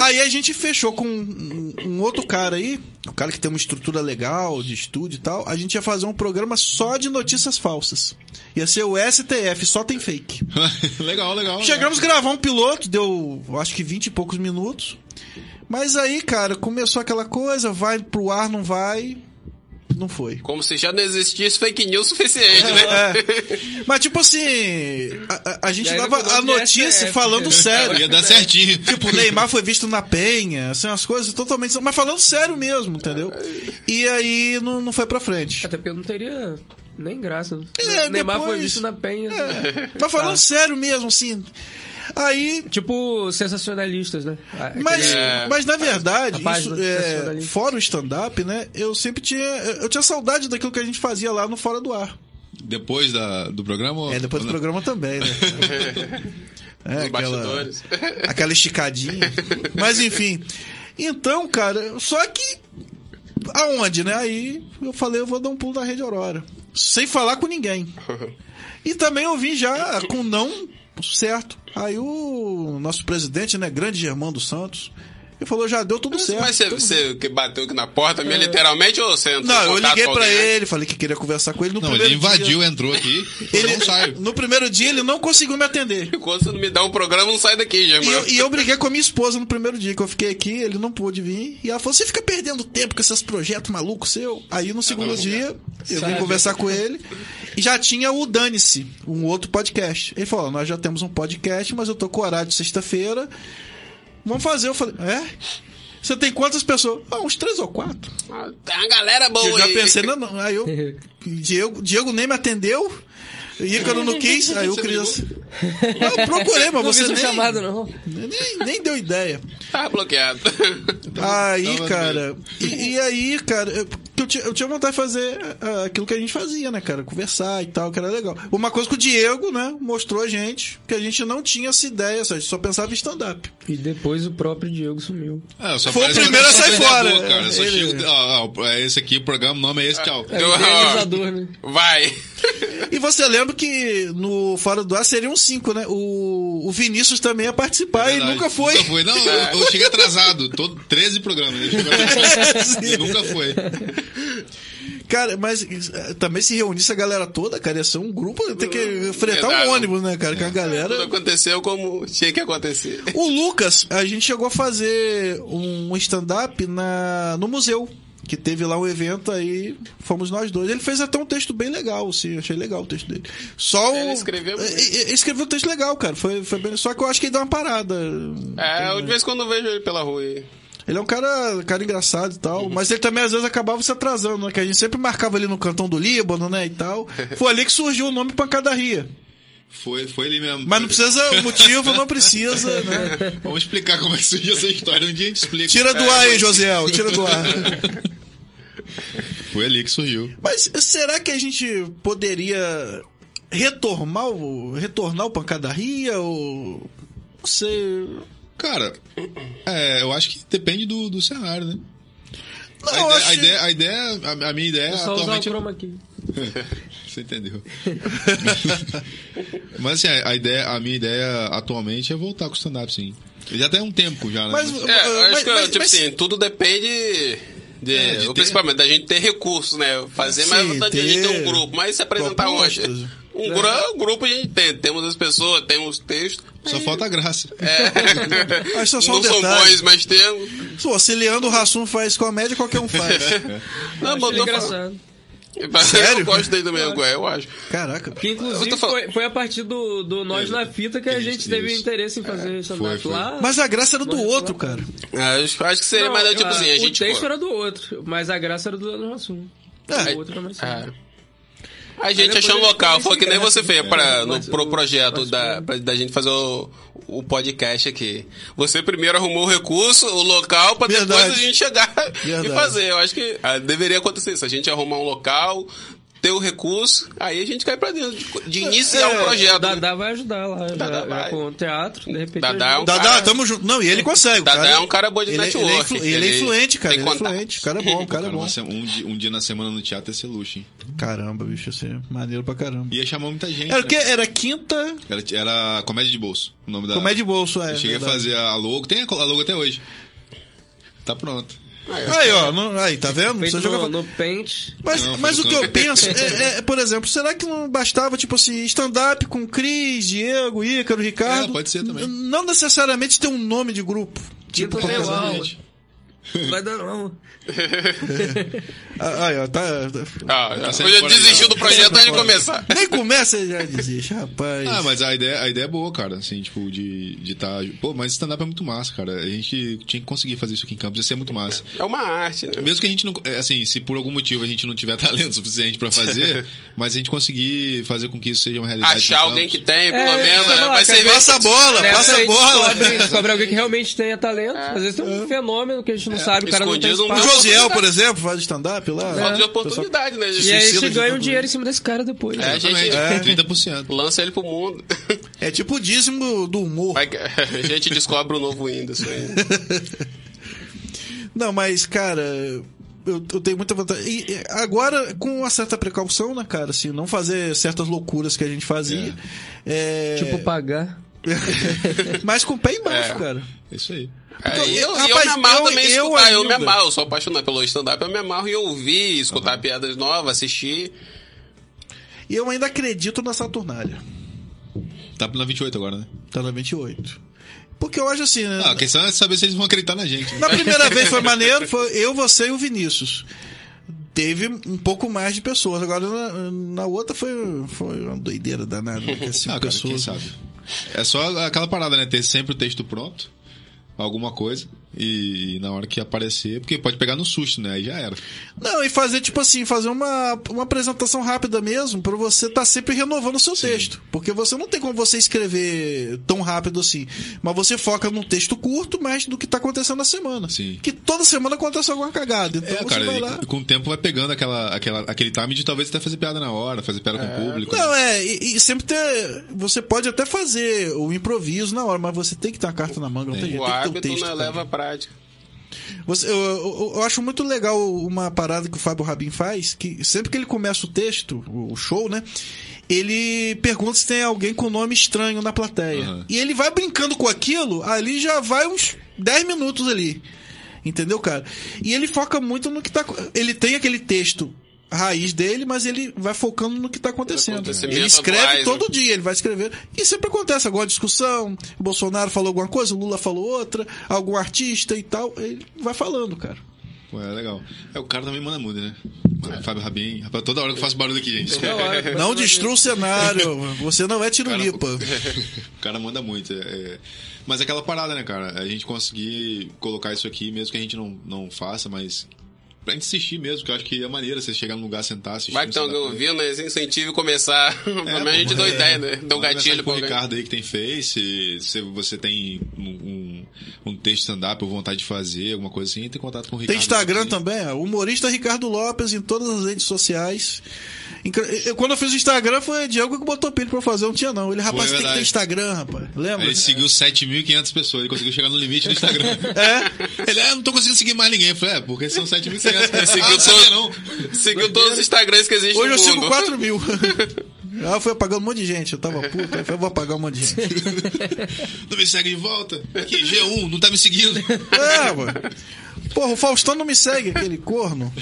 Speaker 2: Aí a gente fechou com um, um outro cara aí, um cara que tem uma estrutura legal de estúdio e tal. A gente ia fazer um programa só de notícias falsas. Ia ser o STF, só tem fake.
Speaker 5: legal, legal.
Speaker 2: Chegamos a gravar um piloto, deu acho que 20 e poucos minutos. Mas aí, cara, começou aquela coisa, vai pro ar, não vai. Não foi.
Speaker 3: Como se já não existisse fake news suficiente, né?
Speaker 2: É. Mas tipo assim, a, a- a gente
Speaker 4: E aí
Speaker 2: dava
Speaker 4: não pegou
Speaker 2: a
Speaker 4: de
Speaker 2: notícia
Speaker 4: STF,
Speaker 2: falando
Speaker 4: né?
Speaker 5: legal. Ia
Speaker 2: sério.
Speaker 5: dar certinho.
Speaker 2: Tipo, o Neymar foi visto na penha, assim, umas coisas totalmente. Mas falando sério mesmo, entendeu? E aí não, não foi pra frente.
Speaker 4: Até porque eu não teria nem graça. Né?
Speaker 2: É,
Speaker 4: Neymar
Speaker 2: depois- É.
Speaker 4: foi visto na penha.
Speaker 2: Mas falando
Speaker 4: Tá.
Speaker 2: sério mesmo, assim. Aí
Speaker 4: Tipo, sensacionalistas, né?
Speaker 2: Mas,
Speaker 4: Aquele-
Speaker 3: É,
Speaker 2: mas na verdade,
Speaker 4: a
Speaker 2: isso,
Speaker 4: página do professor
Speaker 2: é,
Speaker 4: ali.
Speaker 2: fora o stand-up, né? Eu sempre tinha. Eu tinha saudade daquilo que a gente fazia lá no Fora do Ar.
Speaker 5: Depois da, do programa? ou-
Speaker 2: É, depois do
Speaker 5: ou não?
Speaker 2: programa também, né? É,
Speaker 3: Os
Speaker 2: aquela,
Speaker 3: bastidores.
Speaker 2: aquela esticadinha. Mas enfim. Então, cara, só que. Aonde, né? Aí eu falei, eu vou dar um pulo na Rede Aurora. Sem falar com ninguém. E também eu vim já com não certo. Aí o nosso presidente, né, grande Germão dos Santos, ele falou, já deu tudo certo.
Speaker 3: Mas você, você que bateu aqui na porta, minha, literalmente, ou você entrou
Speaker 2: Não,
Speaker 3: em
Speaker 2: eu
Speaker 3: contato
Speaker 2: liguei
Speaker 3: com
Speaker 2: pra
Speaker 3: alguém? né?
Speaker 2: ele, falei que queria conversar com ele no
Speaker 5: Não,
Speaker 2: primeiro
Speaker 5: ele invadiu,
Speaker 2: dia.
Speaker 5: entrou aqui.
Speaker 2: Ele
Speaker 5: Ele não saiu.
Speaker 2: No primeiro dia ele não conseguiu me atender.
Speaker 3: Enquanto você não me dá um programa, não sai daqui,
Speaker 2: E
Speaker 3: Germão.
Speaker 2: eu, e eu briguei com a minha esposa no primeiro dia que eu fiquei aqui, ele não pôde vir. E ela falou: você fica perdendo tempo com esses projetos malucos seu. Aí no segundo dia, eu vim
Speaker 4: Sabe.
Speaker 2: conversar com ele. E já tinha o Dane-se, um outro podcast. Ele falou: nós já temos um podcast, mas eu tô com horário de sexta-feira. Vamos fazer. Eu falei: é? Você tem quantas pessoas? Ah, uns três ou quatro.
Speaker 3: Ah, Tem uma galera boa
Speaker 2: Eu já
Speaker 3: aí.
Speaker 2: pensei, não, não. Aí eu. Diego, Diego nem me atendeu. Ícaro não quis, aí o Cris. assim, Eu procurei, mas
Speaker 4: Não vi
Speaker 2: você
Speaker 4: seu
Speaker 2: nem,
Speaker 4: é chamado, não.
Speaker 2: nem, nem deu ideia.
Speaker 3: Tá bloqueado.
Speaker 2: Aí,
Speaker 5: tava
Speaker 2: cara. E, e aí, cara, eu, que eu, tinha, eu tinha vontade de fazer ah, aquilo que a gente fazia, né, cara? Conversar e tal, que era legal. Uma coisa que o Diego, né, mostrou a gente, que a gente não tinha essa ideia, só, a gente só pensava em stand-up.
Speaker 4: E depois o próprio Diego sumiu.
Speaker 5: Ah, eu só
Speaker 2: Foi o
Speaker 5: apareço
Speaker 2: primeiro
Speaker 5: quando eu
Speaker 2: a sair
Speaker 5: sou
Speaker 2: fora.
Speaker 5: treinador, Cara. Eu só
Speaker 2: Ele-
Speaker 5: chego- ó, ó, é esse aqui, o programa, o nome é esse, tchau.
Speaker 4: É o idealizador, né?
Speaker 3: Vai.
Speaker 2: E você lembra que no Fora do Ar seriam cinco, né? O, o Vinícius também ia participar e
Speaker 5: É Verdade,
Speaker 2: nunca foi.
Speaker 5: Nunca foi. Não, eu, eu cheguei atrasado. Todo 13 programas. Ele chegou atrasado. Ele nunca foi.
Speaker 2: Cara, mas eh, também se reunisse a galera toda, cara, ia ser um grupo, ia ter que fretar
Speaker 3: Verdade.
Speaker 2: um ônibus, né,
Speaker 5: é.
Speaker 2: cara? Que a galera.
Speaker 3: Tudo aconteceu como tinha que acontecer.
Speaker 2: O Lucas, a gente chegou a fazer um stand-up na- no museu. Que teve lá um evento aí, fomos nós dois. Ele fez até um texto bem legal, assim, achei legal o texto dele. Só o.
Speaker 3: Ele escreveu muito.
Speaker 2: e- e- escreveu um texto legal, cara. Foi, foi bem... Só que eu acho que ele deu uma parada.
Speaker 3: É, eu de vez em quando eu vejo ele pela rua aí.
Speaker 2: Ele é um cara, cara engraçado e tal, mas ele também às vezes acabava se atrasando, né? Que a gente sempre marcava ali no cantão do Líbano, né? E tal. Foi ali que surgiu o nome Pancadaria.
Speaker 5: Foi, foi ele mesmo.
Speaker 2: Mas não precisa, o motivo não precisa, né?
Speaker 5: Vamos explicar como é que surgiu essa história. Um dia a gente explica.
Speaker 2: Tira
Speaker 3: É,
Speaker 2: do ar aí, Josiel, tira do ar.
Speaker 5: Foi ali que surgiu.
Speaker 2: Mas será que a gente poderia retornar o, retornar o pancadaria? Ou. Não sei.
Speaker 5: Cara, é, eu acho que depende do, do cenário, né?
Speaker 2: Não,
Speaker 5: a, ideia,
Speaker 2: acho-
Speaker 5: a, ideia, a ideia- a- a minha ideia
Speaker 4: É só usar o
Speaker 5: atualmente.
Speaker 4: chroma aqui.
Speaker 5: Você entendeu? Mas assim, a, a ideia, a minha ideia atualmente é voltar com o stand-up, sim. Já tem um tempo já, né?
Speaker 2: Mas-
Speaker 5: Mas-
Speaker 3: É, eu acho
Speaker 2: Então, Mas-
Speaker 3: que,
Speaker 2: mas-
Speaker 3: tipo
Speaker 2: mas-
Speaker 3: assim, tudo depende de,
Speaker 5: É, de ter-
Speaker 3: principalmente da gente ter recursos, né? Fazer,
Speaker 2: Sim,
Speaker 3: mas vontade de a gente ter
Speaker 2: ter É.
Speaker 3: um grupo, mas se apresentar hoje.
Speaker 2: propostas.
Speaker 3: Um gru- grupo a gente tem, temos as pessoas, temos textos.
Speaker 5: Só falta a graça.
Speaker 3: É.
Speaker 2: Mas só- só um
Speaker 3: Não são
Speaker 2: detalhe.
Speaker 3: bons, mas temos.
Speaker 2: Pô, se Leandro Rassum faz comédia, qualquer um faz.
Speaker 3: Não, mas
Speaker 4: Achei
Speaker 3: eu tô falando-
Speaker 4: engraçado.
Speaker 3: Eu
Speaker 2: Sério?
Speaker 3: gosto dele também, é, eu acho.
Speaker 2: Caraca.
Speaker 4: Que
Speaker 3: Eu
Speaker 4: inclusive
Speaker 3: tô falando-
Speaker 4: foi, foi a partir do, do Nós na Fita que a
Speaker 5: Isso,
Speaker 4: gente teve
Speaker 5: isso. É,
Speaker 4: interesse em fazer essa
Speaker 5: foi,
Speaker 4: stand
Speaker 5: foi.
Speaker 4: lá.
Speaker 2: Mas a graça era do outro, cara.
Speaker 3: Ah, eu acho- acho que seria
Speaker 4: Não,
Speaker 3: mais,
Speaker 4: ah,
Speaker 3: tipo assim, a gente...
Speaker 4: O texto era do outro, mas a graça era do Leandro Rassum.
Speaker 2: É.
Speaker 4: O outro também
Speaker 3: Ah.
Speaker 4: sabe.
Speaker 3: A
Speaker 4: Aí
Speaker 3: gente
Speaker 4: depois
Speaker 3: achou um
Speaker 4: ele
Speaker 3: local,
Speaker 4: ficou
Speaker 3: foi que nem
Speaker 4: sem
Speaker 3: você
Speaker 4: graça,
Speaker 3: fez
Speaker 4: né?
Speaker 3: pra,
Speaker 4: É,
Speaker 3: no,
Speaker 4: mas
Speaker 3: pro
Speaker 4: o-
Speaker 3: projeto
Speaker 4: mas
Speaker 3: da,
Speaker 4: foi.
Speaker 3: pra- da gente fazer o, o podcast aqui. Você primeiro arrumou o recurso, o local, pra
Speaker 2: Verdade.
Speaker 3: depois a gente chegar
Speaker 2: Verdade.
Speaker 3: e fazer. Eu acho que ah, deveria acontecer isso. A gente arrumar um local, ter o recurso, aí a gente cai pra dentro de, de iniciar
Speaker 2: É,
Speaker 3: um projeto.
Speaker 4: O Dadá vai ajudar lá
Speaker 3: Dadá
Speaker 4: né,
Speaker 3: vai.
Speaker 4: com o teatro, de repente.
Speaker 3: Dadá é um
Speaker 4: ajuda.
Speaker 2: Dadá,
Speaker 3: cara-
Speaker 2: tamo junto. Não, e ele consegue.
Speaker 3: Dadá
Speaker 2: cara.
Speaker 3: é um cara bom de
Speaker 2: ele,
Speaker 3: network,
Speaker 2: Ele é, influ- ele é
Speaker 3: ele
Speaker 2: influente, cara.
Speaker 3: tem
Speaker 2: Ele é
Speaker 3: contato.
Speaker 2: influente. O cara é bom, o cara é
Speaker 5: Cara,
Speaker 2: bom.
Speaker 5: uma se- um, di- um dia na semana no teatro ia ser luxo, hein?
Speaker 2: Caramba, bicho, isso é maneiro pra caramba.
Speaker 5: Ia chamar muita gente.
Speaker 2: Era o
Speaker 5: né?
Speaker 2: quê? Era quinta
Speaker 3: Ah.
Speaker 5: Era, era Comédia de Bolso, o nome da.
Speaker 2: comédia de bolso, é.
Speaker 5: Eu cheguei a
Speaker 2: verdade.
Speaker 5: fazer a logo. Tem a co- a logo até hoje. Tá pronto.
Speaker 2: Aí, ó, não- aí, tá vendo? Não
Speaker 4: Feito
Speaker 2: precisa jogar
Speaker 4: no,
Speaker 2: fora.
Speaker 4: no Paint.
Speaker 2: Mas,
Speaker 5: Não,
Speaker 2: mas o
Speaker 5: foi
Speaker 2: que eu
Speaker 5: tanto.
Speaker 2: penso, é, é, por exemplo, será que não bastava, tipo assim, stand-up com Cris, Diego, Ícaro, Ricardo?
Speaker 5: É, pode ser também.
Speaker 2: N- Não necessariamente ter um nome de grupo. Tipo,
Speaker 4: Quinta
Speaker 5: Tá
Speaker 2: qualquer-
Speaker 4: Legal.
Speaker 5: Exatamente.
Speaker 4: Vai dar não.
Speaker 2: Ah, aí, ó, tá- tá-
Speaker 3: Ah,
Speaker 5: Tá sendo
Speaker 3: eu já
Speaker 5: fora
Speaker 3: desistiu
Speaker 5: de-
Speaker 3: do projeto antes de começar.
Speaker 2: Nem começa e já desiste, rapaz.
Speaker 5: Ah, mas a ideia, a ideia é boa, cara. Assim, tipo, de estar. De tá... Pô, mas stand-up é muito massa, cara. A gente tinha que conseguir fazer isso aqui em Campos. Ia ser muito massa.
Speaker 3: É uma arte, né?
Speaker 5: Mesmo que a gente não. é, Assim, se por algum motivo a gente não tiver talento suficiente pra fazer, mas a gente conseguir fazer com que isso seja uma realidade. em
Speaker 3: Achar
Speaker 4: então.
Speaker 3: alguém que
Speaker 5: Campos.
Speaker 3: tem, pelo
Speaker 4: É,
Speaker 3: menos,
Speaker 4: sei lá,
Speaker 3: vai
Speaker 4: cara,
Speaker 3: servir.
Speaker 2: Passa a bola,
Speaker 4: Né,
Speaker 2: passa a
Speaker 4: gente
Speaker 2: bola.
Speaker 4: Descobre, descobre alguém que realmente tenha talento. Às vezes tem
Speaker 5: É.
Speaker 4: um fenômeno que a gente não sabe, o cara não tem
Speaker 3: Escondido
Speaker 2: O
Speaker 3: um
Speaker 4: espaço.
Speaker 2: Josiel, por exemplo, faz stand-up lá.
Speaker 3: Falta de
Speaker 4: É.
Speaker 3: oportunidade, né? gente?
Speaker 4: E aí a gente
Speaker 2: suicida de
Speaker 4: ganha um
Speaker 2: tanto
Speaker 4: dinheiro em cima desse cara depois. né?
Speaker 3: É, a gente-
Speaker 5: Exatamente,
Speaker 3: É.
Speaker 5: 30%.
Speaker 3: Lança ele pro mundo.
Speaker 2: É tipo o dízimo do humor.
Speaker 3: Vai que- a gente descobre o novo Whindersson aí.
Speaker 2: Não, mas, cara, eu, eu tenho muita vontade. E e, agora, com uma certa precaução, né, cara? Assim, não fazer certas loucuras que a gente fazia. É,
Speaker 4: Tipo, pagar.
Speaker 2: mas com o pé embaixo,
Speaker 3: É.
Speaker 2: cara.
Speaker 5: É isso aí.
Speaker 3: É,
Speaker 2: Então,
Speaker 3: e eu, e eu
Speaker 2: rapaz,
Speaker 3: me amarro
Speaker 2: eu-
Speaker 3: também
Speaker 2: eu
Speaker 3: escutar, eu, me
Speaker 2: ainda.
Speaker 3: amarro, eu sou apaixonado pelo stand-up, eu me amarro e ouvir, escutar piadas novas, assistir.
Speaker 2: E eu ainda acredito na Saturnália.
Speaker 5: Tá na 28 agora, né?
Speaker 2: Tá na 28. Porque eu acho assim, né?
Speaker 5: Ah, a questão é saber se eles vão acreditar na gente. né?
Speaker 2: Na primeira vez foi maneiro, foi eu, você e o Vinícius. Teve um pouco mais de pessoas. Agora na, na outra foi, foi uma doideira danada. né, que é Cinco
Speaker 5: Ah, cara, quem
Speaker 2: pessoas.
Speaker 5: sabe? É só aquela parada, né? Ter sempre o texto pronto, alguma coisa. E, e na hora que aparecer, porque pode pegar no susto, né? Aí já era.
Speaker 2: Não, e fazer tipo assim, fazer uma, uma apresentação rápida mesmo, pra você estar sempre renovando o seu texto. Porque você não tem como você escrever tão rápido assim. Mas você foca num texto curto, mas do que tá acontecendo na semana.
Speaker 5: Sim.
Speaker 2: Que toda semana acontece alguma cagada. Então
Speaker 5: É,
Speaker 2: você
Speaker 5: cara,
Speaker 2: vai
Speaker 5: e-
Speaker 2: lá.
Speaker 5: e com o tempo vai pegando aquela, aquela, aquele time de talvez até fazer piada na hora, fazer piada com o público.
Speaker 2: Não, é, e, e sempre ter. Você pode até fazer o improviso na hora, mas você tem que ter a carta na manga, não tem,
Speaker 3: O
Speaker 2: jeito, tem que ter o
Speaker 3: hábito
Speaker 2: texto.
Speaker 3: não
Speaker 2: cara.
Speaker 3: leva à prática.
Speaker 2: Você- eu, eu- eu acho muito legal uma parada que o Fábio Rabin faz, que sempre que ele começa o texto, o o show, né? Ele pergunta se tem alguém com nome estranho na plateia.
Speaker 5: Aham.
Speaker 2: E ele vai brincando com aquilo, ali já vai uns 10 minutos ali. Entendeu, cara? E ele foca muito no que tá. co- Ele tem aquele texto raiz dele, mas ele vai focando no que tá acontecendo.
Speaker 3: Acontecimentos
Speaker 2: Ele escreve
Speaker 3: atuais, né?
Speaker 2: todo todo dia ele vai escrever. E sempre acontece alguma discussão, o Bolsonaro falou alguma coisa, o Lula falou outra, algum artista e tal, ele vai falando, cara.
Speaker 5: Pô, é legal. É, o cara também manda muda, né? Mano, Fábio Rabin. Rapaz, toda hora que eu faço barulho aqui, gente.
Speaker 4: Toda hora.
Speaker 2: Não destrua o cenário, você não é tirolipa.
Speaker 5: O cara manda muito. é, é. Mas é aquela parada, né, cara? A gente conseguir colocar isso aqui, mesmo que a gente não, não faça, mas. Pra gente assistir mesmo, que eu acho que é maneira você chegar num lugar, sentar, assistir.
Speaker 3: Vai que tem alguém ouvindo, né? Incentive começar.
Speaker 2: É,
Speaker 3: Pelo menos a gente deu ideia, né? Deu um gatilho pra
Speaker 5: pro
Speaker 3: alguém.
Speaker 5: Ricardo aí que tem face, se você tem um, um, um texto stand-up ou vontade de fazer, alguma coisa assim, tem contato com o Ricardo.
Speaker 2: Tem Instagram
Speaker 5: aqui.
Speaker 2: também, é, humorista Ricardo Lopes em todas as redes sociais. Incra- eu- Quando eu fiz o Instagram foi Diego que botou pilha pra eu fazer, eu não tinha não. Ele, rapaz, você tem que
Speaker 5: verdade.
Speaker 2: ter Instagram, rapaz. Lembra?
Speaker 5: Ele seguiu 7.500 pessoas, ele conseguiu chegar no limite do Instagram.
Speaker 2: É?
Speaker 5: Ele, ah, não tô conseguindo seguir mais ninguém. Eu falei, é, porque são 7.500 pessoas.
Speaker 3: Seguiu
Speaker 5: ah, não sabia não.
Speaker 3: todos, seguiu todos os Instagrams que existem
Speaker 2: Hoje eu
Speaker 3: no
Speaker 2: sigo
Speaker 3: mundo.
Speaker 2: 4 mil. Ah, eu fui apagando um monte de gente, eu tava puto, aí eu falei, vou apagar um monte de gente.
Speaker 5: Não me segue de volta. Aqui, G1, não tá me seguindo.
Speaker 2: É, mano. Porra, o Faustão não me segue, aquele corno.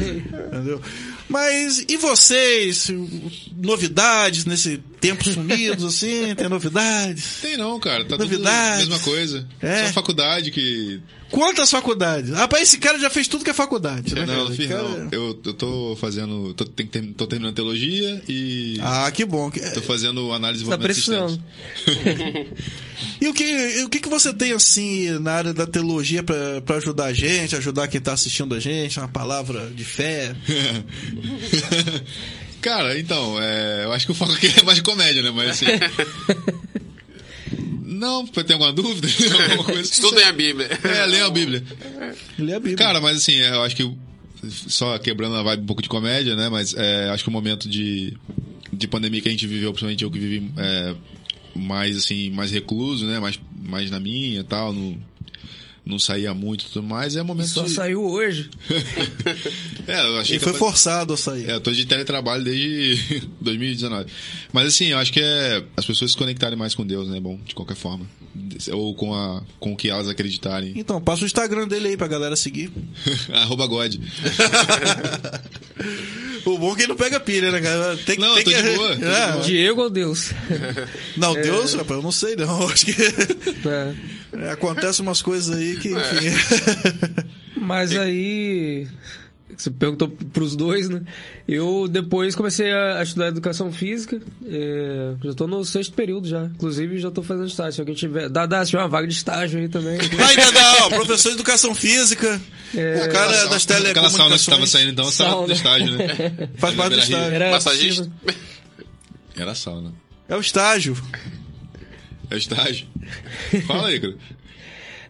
Speaker 2: Entendeu? Mas e vocês? Novidades nesse tempo sumidos, assim? Tem novidades?
Speaker 5: Tem não, cara. Tá
Speaker 2: Novidades.
Speaker 5: tudo mesma coisa.
Speaker 2: É.
Speaker 5: Só a faculdade que...
Speaker 2: Quantas faculdades? Rapaz, esse cara já fez tudo que é faculdade, né?
Speaker 5: Não, eu não
Speaker 2: cara?
Speaker 5: fiz
Speaker 2: Cara-
Speaker 5: não. Eu, eu tô fazendo... Tô, tem que ter- tô terminando teologia e...
Speaker 2: Ah, que bom. Que-
Speaker 5: Tô fazendo análise de
Speaker 4: Tá
Speaker 5: desenvolvimento de sistemas.
Speaker 4: precisando.
Speaker 2: E o que, e o que, que você tem, assim, na área da teologia pra, pra ajudar a gente, ajudar quem tá assistindo a gente? Uma palavra de fé?
Speaker 5: Cara, então, é, eu acho que o foco aqui é mais comédia, né? Mas assim... não, tem alguma dúvida? alguma coisa?
Speaker 3: Estudem a Bíblia.
Speaker 5: É, leiam a Bíblia.
Speaker 2: Ele é a Bíblia.
Speaker 5: Cara, mas assim, eu acho que só quebrando a vibe um pouco de comédia, né? Mas é, acho que o momento de, de pandemia que a gente viveu, principalmente eu que vivi é, mais assim, mais recluso, né? Mais, mais na minha e tal, não, não saía muito e tudo mais, é momento
Speaker 4: Só
Speaker 5: de...
Speaker 4: saiu hoje.
Speaker 5: É, eu achei
Speaker 2: Ele
Speaker 5: que
Speaker 2: foi
Speaker 5: eu-
Speaker 2: forçado a sair.
Speaker 5: é, eu tô de teletrabalho desde 2019. Mas assim, eu acho que é as pessoas se conectarem mais com Deus, né? Bom, de qualquer forma. Ou com, a, com o que elas acreditarem.
Speaker 2: Então, passa o Instagram dele aí pra galera seguir.
Speaker 5: Arroba God.
Speaker 2: O bom é que ele não pega pilha, né, cara? Tem, que-
Speaker 5: Não,
Speaker 2: tem
Speaker 5: eu tô
Speaker 2: que...
Speaker 5: de boa, tô de
Speaker 2: Ah,
Speaker 4: Diego ou Deus?
Speaker 2: Não,
Speaker 4: É.
Speaker 2: Deus, rapaz, eu não sei não. Acho que
Speaker 4: Tá.
Speaker 2: é, acontece umas coisas aí que,
Speaker 5: É.
Speaker 2: enfim.
Speaker 4: Mas aí. Você perguntou pros dois, né? Eu depois comecei a, a estudar educação física. é, já tô no sexto período já. Inclusive, já tô fazendo estágio. Se alguém tiver. Dada, se tiver uma vaga de estágio aí também.
Speaker 2: Vai, Dadá, ó, professor de educação física,
Speaker 4: É.
Speaker 2: o cara
Speaker 5: Aquela
Speaker 2: das
Speaker 5: sauna- Aquela sauna que tava
Speaker 2: telecomunicações.
Speaker 5: saindo, então, sauna do
Speaker 4: Sauna.
Speaker 5: estágio, né?
Speaker 2: Faz parte do
Speaker 5: Era
Speaker 2: estágio.
Speaker 4: Era
Speaker 3: Massagista.
Speaker 5: Era sauna.
Speaker 2: É o estágio.
Speaker 5: É estágio. Fala aí, cara.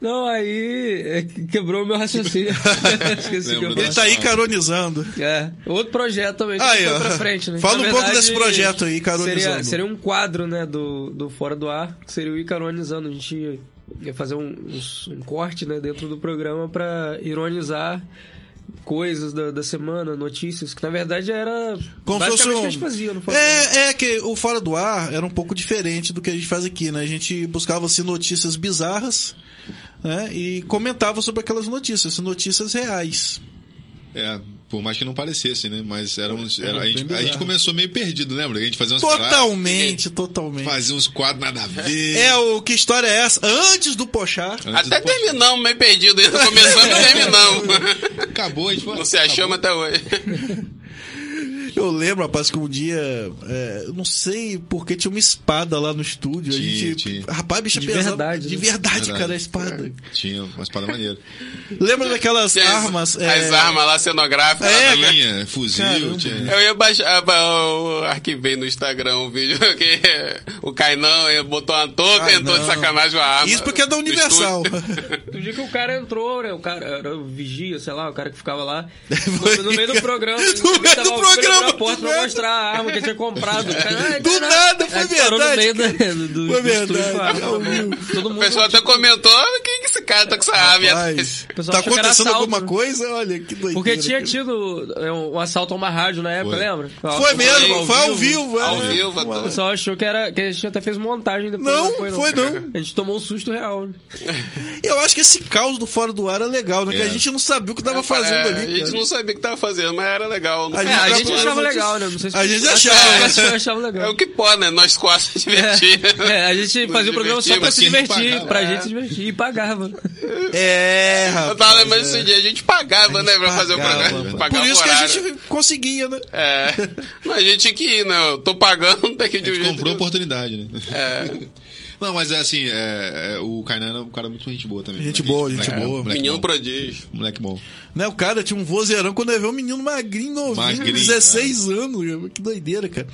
Speaker 4: Não, aí é, que- quebrou meu raciocínio. Esqueci que
Speaker 5: Lembro
Speaker 4: eu
Speaker 5: da-
Speaker 2: Ele tá aí caronizando.
Speaker 4: É, outro projeto também que
Speaker 2: Aí,
Speaker 4: foi
Speaker 2: ó.
Speaker 4: pra frente, né?
Speaker 2: Fala
Speaker 4: Na
Speaker 2: um pouco desse projeto aí, Icaronizando.
Speaker 4: Seria, seria um quadro, né, do, do Fora do Ar, que seria o Icaronizando. A gente ia- ia fazer um, uns- um corte, né, dentro do programa pra ironizar coisas da, da semana, notícias, que na verdade era
Speaker 2: Como se fosse
Speaker 4: basicamente o que a gente
Speaker 2: um...
Speaker 4: fazia no Fora do Ar.
Speaker 2: é, é que o Fora do Ar era um pouco diferente do que a gente faz aqui, né? A gente buscava assim, notícias bizarras né? e comentava sobre aquelas notícias, assim, notícias reais.
Speaker 5: É, por mais que não parecesse, né? Mas era uns, era- a,
Speaker 2: bem
Speaker 5: gente, a
Speaker 2: bizarro.
Speaker 5: gente começou meio perdido, lembra? A gente fazia umas paradas,
Speaker 2: Totalmente, totalmente.
Speaker 5: fazia uns quadros nada a ver.
Speaker 2: É o que história é essa? Antes do Pochar.
Speaker 5: Antes
Speaker 3: Até
Speaker 5: do podcast.
Speaker 3: terminamos meio perdido ainda. Começamos e terminamos.
Speaker 2: Tá
Speaker 5: Acabou, a gente falou.
Speaker 3: Não se achou, mas até hoje.
Speaker 2: Eu lembro, rapaz, que um dia, é, eu não sei porque tinha uma espada lá no estúdio.
Speaker 5: Tinha,
Speaker 2: a gente,
Speaker 5: tinha.
Speaker 2: rapaz, a bicha
Speaker 4: De
Speaker 2: pesava-
Speaker 4: verdade,
Speaker 2: de
Speaker 4: né?
Speaker 2: verdade, cara, a
Speaker 5: Verdade. É.
Speaker 2: espada.
Speaker 5: Tinha uma espada maneira.
Speaker 2: Lembra daquelas
Speaker 3: Tinha as-
Speaker 2: armas?
Speaker 3: As,
Speaker 2: é,
Speaker 3: armas lá cenográficas. né?
Speaker 2: É,
Speaker 3: lá também.
Speaker 5: Tinha fuzil,
Speaker 2: Caramba.
Speaker 5: tinha.
Speaker 3: Eu ia baixar, ah, eu arquivei no Instagram um vídeo que o Kainan ele botou uma touca e entrou de
Speaker 2: não.
Speaker 3: sacanagem com a arma.
Speaker 2: Isso porque é da
Speaker 3: no
Speaker 2: Universal.
Speaker 3: estúdio.
Speaker 4: O dia que o cara entrou, né? O cara era o vigia, sei lá, o cara que ficava lá. No, no meio do programa. ele
Speaker 2: No meio
Speaker 4: tava
Speaker 2: do
Speaker 4: abrindo
Speaker 2: programa,
Speaker 4: a porta
Speaker 2: do
Speaker 4: pra
Speaker 2: nada.
Speaker 4: mostrar a arma que ele tinha comprado. O cara, ai,
Speaker 2: Do
Speaker 4: cara,
Speaker 2: nada, foi
Speaker 4: aí parou no
Speaker 2: verdade,
Speaker 4: meio da- do-
Speaker 2: Foi
Speaker 4: do estúdio com a
Speaker 2: verdade,
Speaker 4: arma na
Speaker 2: ao
Speaker 4: mão. Todo
Speaker 3: O
Speaker 4: mundo.
Speaker 3: pessoal até comentou, "Ah, quem que esse cara tá com essa arma?
Speaker 2: Rapaz, tá
Speaker 4: pessoal achou que era
Speaker 2: acontecendo
Speaker 4: assalto,
Speaker 2: alguma
Speaker 4: né?
Speaker 2: coisa? Olha, que doideira.
Speaker 4: Porque tinha
Speaker 2: cara.
Speaker 4: tido é, um, um assalto a uma rádio na época,
Speaker 5: Foi.
Speaker 4: lembra?
Speaker 2: Foi mesmo,
Speaker 3: ao
Speaker 2: foi ao vivo.
Speaker 3: Ao
Speaker 2: é.
Speaker 3: vivo, à
Speaker 4: O
Speaker 3: toa.
Speaker 4: pessoal achou que, era, que a gente até fez montagem depois.
Speaker 2: Não, foi não.
Speaker 4: A gente tomou um susto real. né?
Speaker 2: Eu acho que esse caos do fora do ar é legal, né? Que a
Speaker 5: É.
Speaker 2: gente não sabia o que tava
Speaker 3: É,
Speaker 2: fazendo ali.
Speaker 3: A gente
Speaker 2: cara.
Speaker 3: não sabia o que tava fazendo, mas era legal.
Speaker 2: A
Speaker 4: É,
Speaker 2: gente
Speaker 4: a
Speaker 2: já-
Speaker 4: gente
Speaker 2: a
Speaker 4: achava
Speaker 2: gente-
Speaker 4: legal, né? Não sei se
Speaker 2: a gente
Speaker 4: as
Speaker 2: achava.
Speaker 4: pessoas achavam legal.
Speaker 3: É o que pode, né? Nós quatro se divertir.
Speaker 4: É, a gente fazia o programa só pra
Speaker 5: divertimos,
Speaker 4: se
Speaker 5: que a gente
Speaker 4: divertir,
Speaker 5: pagava.
Speaker 4: pra gente se divertir. E pagava.
Speaker 2: É,
Speaker 3: Eu tava
Speaker 2: rapaz.
Speaker 3: lembrando esse dia, a gente pagava,
Speaker 2: A gente
Speaker 3: né, pra fazer o
Speaker 2: pagava,
Speaker 3: programa.
Speaker 2: mano.
Speaker 3: Pagava
Speaker 2: Por isso
Speaker 3: o
Speaker 2: que a
Speaker 3: horário.
Speaker 2: gente conseguia, né?
Speaker 3: É. Não, a gente tinha que ir, né? Eu tô pagando daqui
Speaker 5: A
Speaker 2: É,
Speaker 3: de um
Speaker 5: gente
Speaker 3: jeito.
Speaker 5: comprou a
Speaker 3: que-
Speaker 5: oportunidade, né? Não, mas é assim, é, é, o Kainan é um cara muito gente boa também.
Speaker 2: Gente
Speaker 5: Moleque-
Speaker 2: boa, gente
Speaker 5: moleque bom,
Speaker 2: boa.
Speaker 5: moleque
Speaker 3: Menino
Speaker 5: bom.
Speaker 3: prodígio.
Speaker 5: Moleque bom.
Speaker 2: Né, o cara tinha um vozeirão quando eu vi um menino magrinho, novinho,
Speaker 5: Magrinho,
Speaker 2: 16 anos, cara. que doideira, cara.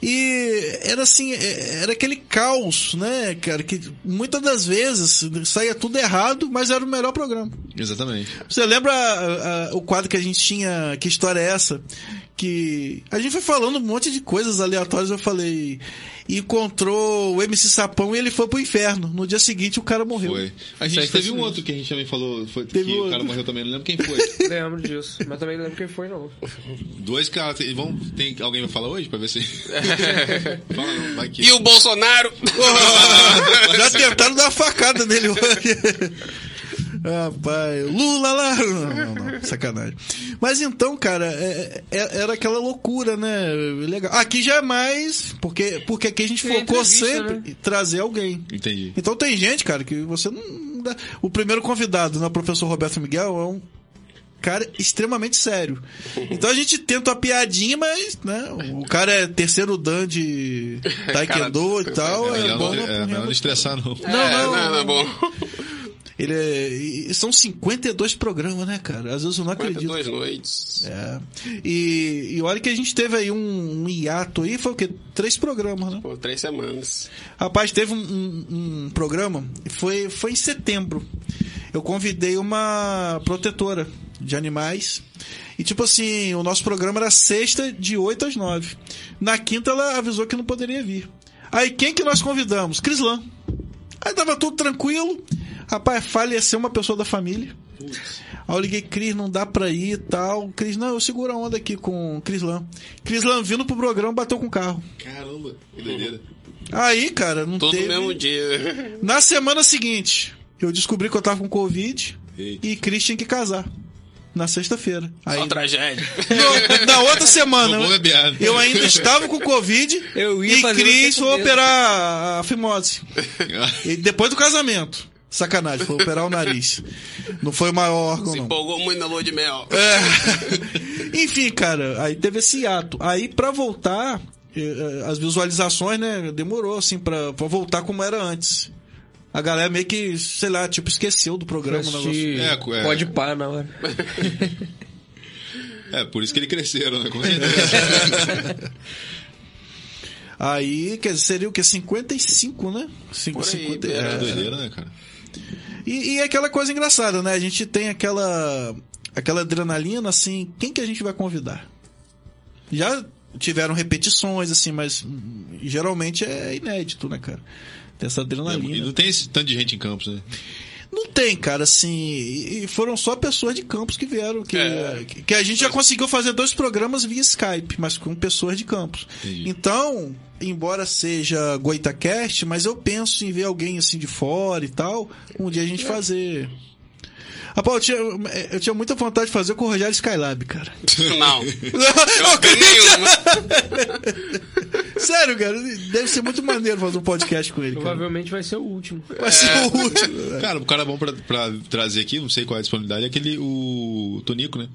Speaker 2: E era assim, é- era aquele caos, né, cara, que muitas das vezes saía tudo errado, mas era o melhor programa.
Speaker 5: Exatamente.
Speaker 2: Você lembra a- a- o quadro que a gente tinha, que história é essa? Que a gente foi falando um monte de coisas aleatórias, eu falei, encontrou o MC Sapão e ele foi pro inferno. No dia seguinte o cara morreu.
Speaker 5: Foi. A
Speaker 4: Isso aí
Speaker 5: gente
Speaker 4: foi
Speaker 5: teve um
Speaker 4: sinistro.
Speaker 5: outro que a gente também falou, foi
Speaker 2: Teve um
Speaker 5: que o cara
Speaker 2: outro.
Speaker 5: morreu também, não lembro quem foi.
Speaker 4: Lembro disso. Mas também não lembro quem foi, não.
Speaker 5: Dois caras, tem- vamos, tem alguém vai falar hoje pra ver se. Fala não, vai que.
Speaker 3: E o Bolsonaro?
Speaker 2: Já tentaram dar uma facada nele hoje. Rapaz, Lula lá. Não, não, não, sacanagem. Mas então, cara, é- é- era aquela loucura, né? Legal. Aqui já é mais, porque, porque aqui a gente
Speaker 4: É
Speaker 2: focou
Speaker 4: entrevista,
Speaker 2: sempre
Speaker 4: né?
Speaker 2: em trazer alguém.
Speaker 5: Entendi.
Speaker 2: Então tem gente, cara, que você não dá. O primeiro convidado, né, o professor Roberto Miguel, é um cara extremamente sério. Então a gente tenta a piadinha, mas, né, o cara é terceiro dan de taekwondo e tal, é,
Speaker 5: melhor,
Speaker 2: bom
Speaker 5: não,
Speaker 2: na
Speaker 5: é, melhor não estressar, não.
Speaker 2: Não,
Speaker 3: é,
Speaker 2: não.
Speaker 3: não, não, bom.
Speaker 2: Ele é, e são 52 programas, né, cara? Às vezes eu não acredito.
Speaker 3: 52 noites.
Speaker 2: É. E, e olha que a gente teve aí um, um hiato aí, foi o quê? Três programas, né?
Speaker 3: Pô, três semanas.
Speaker 2: Rapaz, teve um, um- um programa, foi, foi em setembro. Eu convidei uma protetora de animais. E tipo assim, o nosso programa era sexta de 8 às 9. Na quinta ela avisou que não poderia vir. Aí quem que nós convidamos? Crislan. Aí tava tudo tranquilo. Rapaz, faleceu uma pessoa da família. Aí eu liguei, Cris, não dá pra ir e tal. Cris, não, eu seguro a onda aqui com o Crislan. Crislan vindo pro programa, bateu com o carro.
Speaker 5: Caramba, que doideira.
Speaker 2: Aí, cara, não
Speaker 3: Todo
Speaker 2: teve...
Speaker 3: mesmo dia.
Speaker 2: Na semana seguinte, eu descobri que eu tava com Covid
Speaker 5: Eita.
Speaker 2: e Cris tinha que casar. Na sexta-feira. Aí,
Speaker 3: Só tragédia.
Speaker 2: No- na outra semana,
Speaker 5: Não vou beber.
Speaker 2: eu ainda estava com Covid
Speaker 4: Eu ia
Speaker 2: e
Speaker 4: fazer
Speaker 2: Cris
Speaker 4: você
Speaker 2: foi
Speaker 4: comer.
Speaker 2: operar a fimose. E depois do casamento. Sacanagem, foi operar o nariz. Não foi o maior órgão,
Speaker 3: Se
Speaker 2: não.
Speaker 3: empolgou muito na lua de mel.
Speaker 2: É. Enfim, cara, aí teve esse ato. Aí pra voltar, eh, eh, as visualizações, né, demorou assim pra, pra voltar como era antes. A galera meio que, sei lá, tipo esqueceu do programa, o negócio.
Speaker 4: Assisti
Speaker 5: É, é.
Speaker 4: Pode pá na hora.
Speaker 5: É, por isso que ele cresceram, né? Com certeza.
Speaker 2: Aí, quer dizer, seria o que 55, né?
Speaker 3: Por
Speaker 2: 5,
Speaker 3: aí,
Speaker 2: 50,
Speaker 3: beira
Speaker 2: é.
Speaker 3: do-
Speaker 5: Doideira, né, cara?
Speaker 2: E, e é aquela coisa engraçada, né? A gente tem aquela aquela adrenalina assim, quem que a gente vai convidar? Já tiveram repetições assim, mas hum, geralmente é inédito, né, cara? Tem essa adrenalina.
Speaker 5: E não tem esse tanto de gente em campos, né?
Speaker 2: Não tem, cara, assim. E e foram só pessoas de campos que vieram. Que,
Speaker 3: É.
Speaker 2: que- que a gente já conseguiu fazer dois programas via Skype, mas com pessoas de campos.
Speaker 5: Entendi.
Speaker 2: Então, embora seja Goitacast, mas eu penso em ver alguém assim de fora e tal. Um dia a gente fazer. Rapaz, eu tinha, eu tinha muita vontade de fazer com o Rogério Skylab, cara.
Speaker 3: Não.
Speaker 2: Eu
Speaker 3: Não tem nenhuma.
Speaker 2: Sério, cara, deve ser muito maneiro fazer um podcast com ele, cara.
Speaker 4: Provavelmente vai ser o último.
Speaker 2: Vai ser o último.
Speaker 5: Cara, é o cara bom pra, pra trazer aqui, não sei qual é a disponibilidade, é aquele o Tonico, né?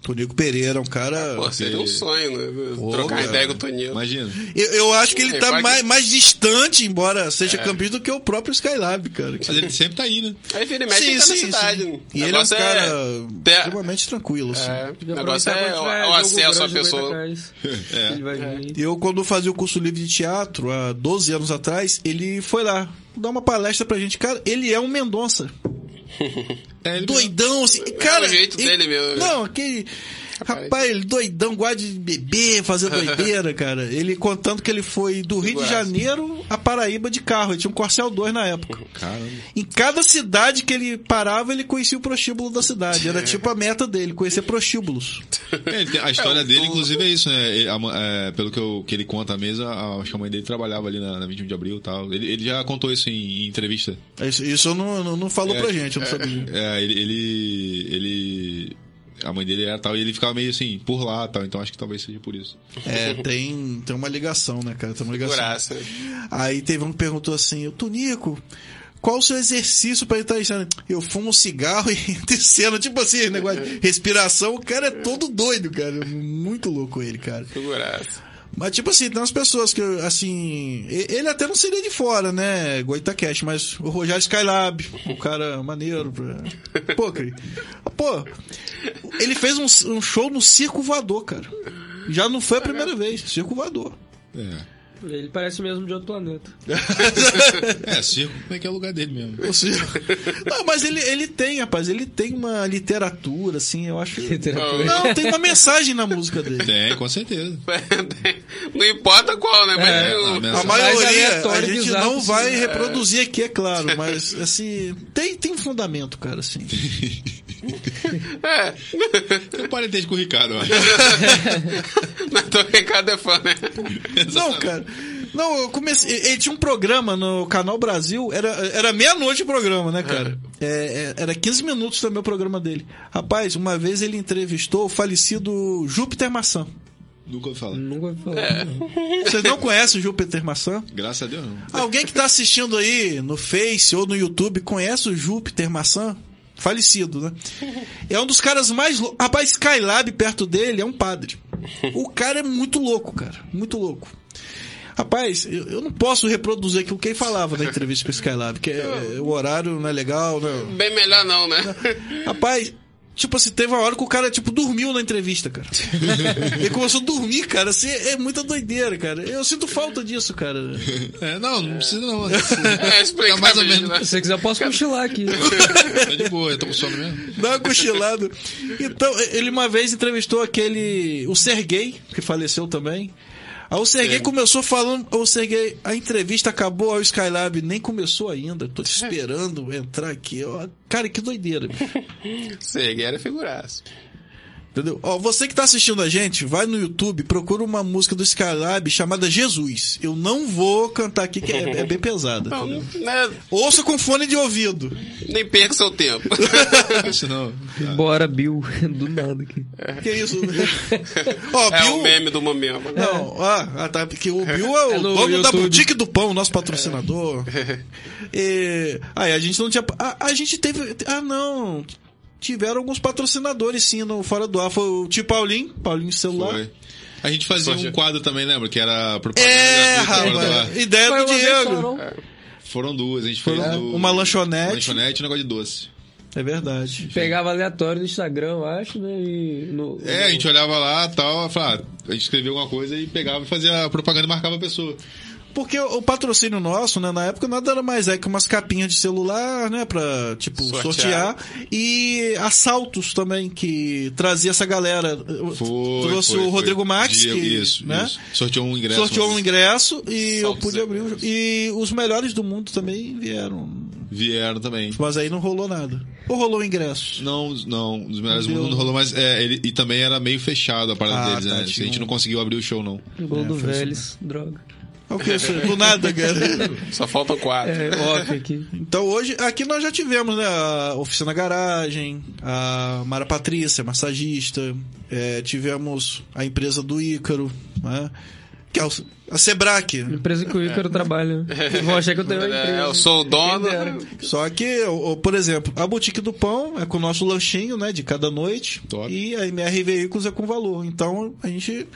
Speaker 2: Tonico Pereira, um cara.
Speaker 3: Pô, seria um sonho, né?
Speaker 2: Pô,
Speaker 3: Trocar
Speaker 2: cara.
Speaker 3: ideia com o Toninho.
Speaker 5: Imagina.
Speaker 2: Eu, eu acho que ele
Speaker 3: É,
Speaker 2: tá
Speaker 3: vai que- É.
Speaker 2: mais, mais distante, embora seja campeão, do que o próprio Skylab, cara.
Speaker 5: Mas ele sempre tá aí, né?
Speaker 3: Aí vira e mexe ele tá na cidade. né?
Speaker 2: E ele é
Speaker 3: O
Speaker 2: um
Speaker 3: negócio
Speaker 2: cara
Speaker 3: ter-
Speaker 2: extremamente tranquilo, assim.
Speaker 3: É,
Speaker 4: Fica
Speaker 3: o negócio
Speaker 4: aproveitar
Speaker 3: é o,
Speaker 4: quando tiver
Speaker 3: é o
Speaker 4: jogo
Speaker 3: acesso à
Speaker 4: grande, aguenta
Speaker 3: pessoa.
Speaker 4: atrás.
Speaker 5: É.
Speaker 4: Ele vai vir.
Speaker 2: Eu, quando fazia o curso livre de teatro, há 12 anos atrás, ele foi lá dar uma palestra pra gente. Cara, ele é um Mendonça.
Speaker 5: É, ele
Speaker 2: Doidão, assim. Cara,
Speaker 3: o jeito
Speaker 2: ele-
Speaker 3: dele mesmo.
Speaker 2: Não, aquele.
Speaker 3: Rapaz.
Speaker 2: Rapaz, ele doidão, gosta de beber, fazer doideira, cara. Ele contando que ele foi do Rio de
Speaker 3: Figuraça.
Speaker 2: Janeiro a Paraíba de carro. Ele tinha um Corcel 2 na época.
Speaker 5: Caramba.
Speaker 2: Em cada cidade que ele parava, ele conhecia o prostíbulo da cidade.
Speaker 3: É.
Speaker 2: Era tipo a meta dele, conhecer prostíbulos.
Speaker 5: É, ele tem- a história
Speaker 3: É, o-
Speaker 5: dele,
Speaker 3: o-
Speaker 5: inclusive, é isso, né? Ele- a ma- é, pelo que, eu- que ele conta à mesa, a, acho que a mãe dele trabalhava ali na, na 21 de abril e tal. Ele, ele já contou isso em, em entrevista.
Speaker 2: Isso, isso eu não, não, não falou pra gente, eu não sabia.
Speaker 5: É, ele, ele. ele- A mãe dele era tal, e ele ficava meio assim, por lá tal. Então acho que talvez seja por isso.
Speaker 2: É, tem, tem uma ligação, né, cara? Tem uma ligação.
Speaker 5: assim.
Speaker 3: Figuraça.
Speaker 2: Aí teve um que perguntou assim, o Tonico, qual o seu exercício pra entrar em cena? Eu fumo um cigarro e entro em cena. Tipo assim, esse negócio de respiração, o cara é todo doido, cara. Muito louco ele, cara.
Speaker 3: Figuraça.
Speaker 2: Mas tipo assim, tem umas pessoas que, assim, e- ele até não seria de fora, né, Goitacast, mas o Rogério Skylab, um cara maneiro. pra- Pô, cara, pô, ele fez um, um show no Circo Voador, cara. Já não foi a primeira vez, Circo Voador.
Speaker 5: É.
Speaker 4: Ele parece mesmo de outro planeta.
Speaker 5: É, circo, como é que é o lugar dele mesmo?
Speaker 2: Ou seja, não, mas ele, ele tem, rapaz, ele tem uma literatura, assim, eu acho.
Speaker 4: Literatura.
Speaker 2: Não, tem uma mensagem na música dele.
Speaker 5: Tem, com certeza.
Speaker 3: Não importa qual, né? Mas
Speaker 4: É,
Speaker 3: o-
Speaker 5: não, mesmo.
Speaker 2: A
Speaker 5: Mais
Speaker 2: maioria, a
Speaker 4: aleatório e
Speaker 2: gente
Speaker 4: bizarro
Speaker 2: não vai
Speaker 4: possível.
Speaker 2: reproduzir aqui, é claro, mas assim, tem, tem um fundamento, cara, assim.
Speaker 5: Tem um parentesco com o Ricardo, eu acho.
Speaker 3: Mas o recado é fã, né?
Speaker 2: Não, cara. Não, eu comecei. Ele tinha um programa no Canal Brasil, era, era meia-noite o programa, né, cara? É, é, era 15 minutos também o programa dele. Rapaz, uma vez ele entrevistou o falecido Júpiter Maçã.
Speaker 5: Nunca ouvi falar.
Speaker 4: Nunca vai falar.
Speaker 2: Vocês não conhecem o Júpiter Maçã?
Speaker 5: Graças a Deus, não.
Speaker 2: Alguém que tá assistindo aí no Face ou no YouTube conhece o Júpiter Maçã? Falecido, né? É um dos caras mais loucos. Rapaz, Skylab perto dele é um padre. O cara é muito louco, cara. Muito louco. Rapaz, eu, eu não posso reproduzir aquilo que ele falava na entrevista com o Skylab, que é- é- o horário não é legal, né?
Speaker 3: Bem melhor não, né?
Speaker 2: Rapaz, tipo assim, teve uma hora que o cara, tipo, dormiu na entrevista, cara. Ele começou a dormir, cara. Assim, é muita doideira, cara. Eu sinto falta disso, cara.
Speaker 5: É, não, não precisa não.
Speaker 3: É, explica
Speaker 5: Tá mais ou
Speaker 3: mesmo,
Speaker 5: menos.
Speaker 3: né?
Speaker 4: Se você quiser, eu posso cochilar aqui.
Speaker 5: Tá de boa, eu tô com sono mesmo.
Speaker 2: Dá uma cochilada. Então, ele uma vez entrevistou aquele. O Serguei, que faleceu também. Aí o
Speaker 3: É.
Speaker 2: Serguei começou falando. O Serguei, a entrevista acabou, aí o Skylab nem começou ainda. Tô te
Speaker 3: É.
Speaker 2: esperando entrar aqui. ó. Cara, que doideira. bicho.
Speaker 3: Segue, era figuraça.
Speaker 2: Entendeu? Ó, você que tá assistindo a gente, vai no YouTube, procura uma música do Skylab chamada Jesus. Eu não vou cantar aqui, que é, é bem pesada.
Speaker 3: Não,
Speaker 2: entendeu?
Speaker 3: né?
Speaker 2: Ouça com fone de ouvido.
Speaker 3: Nem perca seu tempo.
Speaker 5: Isso não.
Speaker 4: Bora, Bill. Do nada aqui.
Speaker 2: Que isso? Ó,
Speaker 3: É o
Speaker 2: Bill-
Speaker 3: meme do né? momento.
Speaker 2: Não, ah, ah, tá, porque o Bill é o
Speaker 4: É no
Speaker 2: dono da
Speaker 4: YouTube. É.
Speaker 2: Boutique do Pão, nosso patrocinador. E, aí a gente não tinha. A, a gente teve. Ah, não. Tiveram alguns patrocinadores, sim, no Fora do Ar. Foi o tio Paulinho, Paulinho Celular.
Speaker 5: Foi. A gente fazia
Speaker 3: Sorte.
Speaker 5: um quadro também, lembra? Que era propaganda.
Speaker 2: É,
Speaker 5: gratuita, fora do
Speaker 2: rapaz.
Speaker 5: ar.
Speaker 2: Ideia
Speaker 4: Foi
Speaker 2: do
Speaker 4: uma vez só,
Speaker 2: Diego.
Speaker 4: não?
Speaker 5: Foram duas, a gente
Speaker 2: Foi
Speaker 5: fez do...
Speaker 2: uma lanchonete.
Speaker 5: lanchonete e um negócio de doce.
Speaker 2: É verdade.
Speaker 4: Pegava aleatório no Instagram, eu acho, né? E no,
Speaker 5: É, a gente olhava lá e tal, falava, ah, a gente escrevia alguma coisa e pegava e fazia a propaganda e marcava a pessoa.
Speaker 2: Porque o, o patrocínio nosso, né, na época, nada era mais é que umas capinhas de celular, né, pra, tipo, sortear.
Speaker 3: Sortear.
Speaker 2: E assaltos também, que trazia essa galera.
Speaker 5: Foi,
Speaker 2: Trouxe
Speaker 5: foi,
Speaker 2: o
Speaker 5: foi.
Speaker 2: Rodrigo Max,
Speaker 5: Diego,
Speaker 2: que,
Speaker 5: isso,
Speaker 2: né?
Speaker 5: isso. Sorteou um ingresso. é
Speaker 2: Sorteou um
Speaker 5: mas
Speaker 2: ingresso e eu
Speaker 3: Saltos
Speaker 2: pude
Speaker 3: e
Speaker 2: abrir. o-
Speaker 3: ingressos.
Speaker 2: E os melhores do mundo também vieram.
Speaker 5: Vieram também.
Speaker 2: Mas aí não rolou nada. Ou rolou o ingresso?
Speaker 5: Não, não, os melhores do
Speaker 2: Deu.
Speaker 5: mundo não rolou, mas é, ele, e também era meio fechado a
Speaker 2: Ah,
Speaker 5: parada deles,
Speaker 2: tá,
Speaker 5: né?
Speaker 2: tinha
Speaker 5: a gente
Speaker 2: um-
Speaker 5: não conseguiu abrir o show, não.
Speaker 4: Gol do Vélez. Droga.
Speaker 2: É O que isso? Do nada, cara.
Speaker 3: Só faltam quatro.
Speaker 4: É, óbvio aqui.
Speaker 2: Então hoje, aqui nós já tivemos, né? A Oficina Garagem, a Mara Patrícia, massagista, é, tivemos a empresa do Ícaro, né? Que é o A Sebrae.
Speaker 4: Empresa que o Ícaro trabalha. Vão achar que eu né? tenho uma empresa.
Speaker 3: É, eu sou o dono.
Speaker 4: Quem dera.
Speaker 2: Só que, o- o- por exemplo, a Boutique do Pão é com o nosso lanchinho, né, de cada noite.
Speaker 5: Top.
Speaker 2: E a MR Veículos é com valor. Então, a gente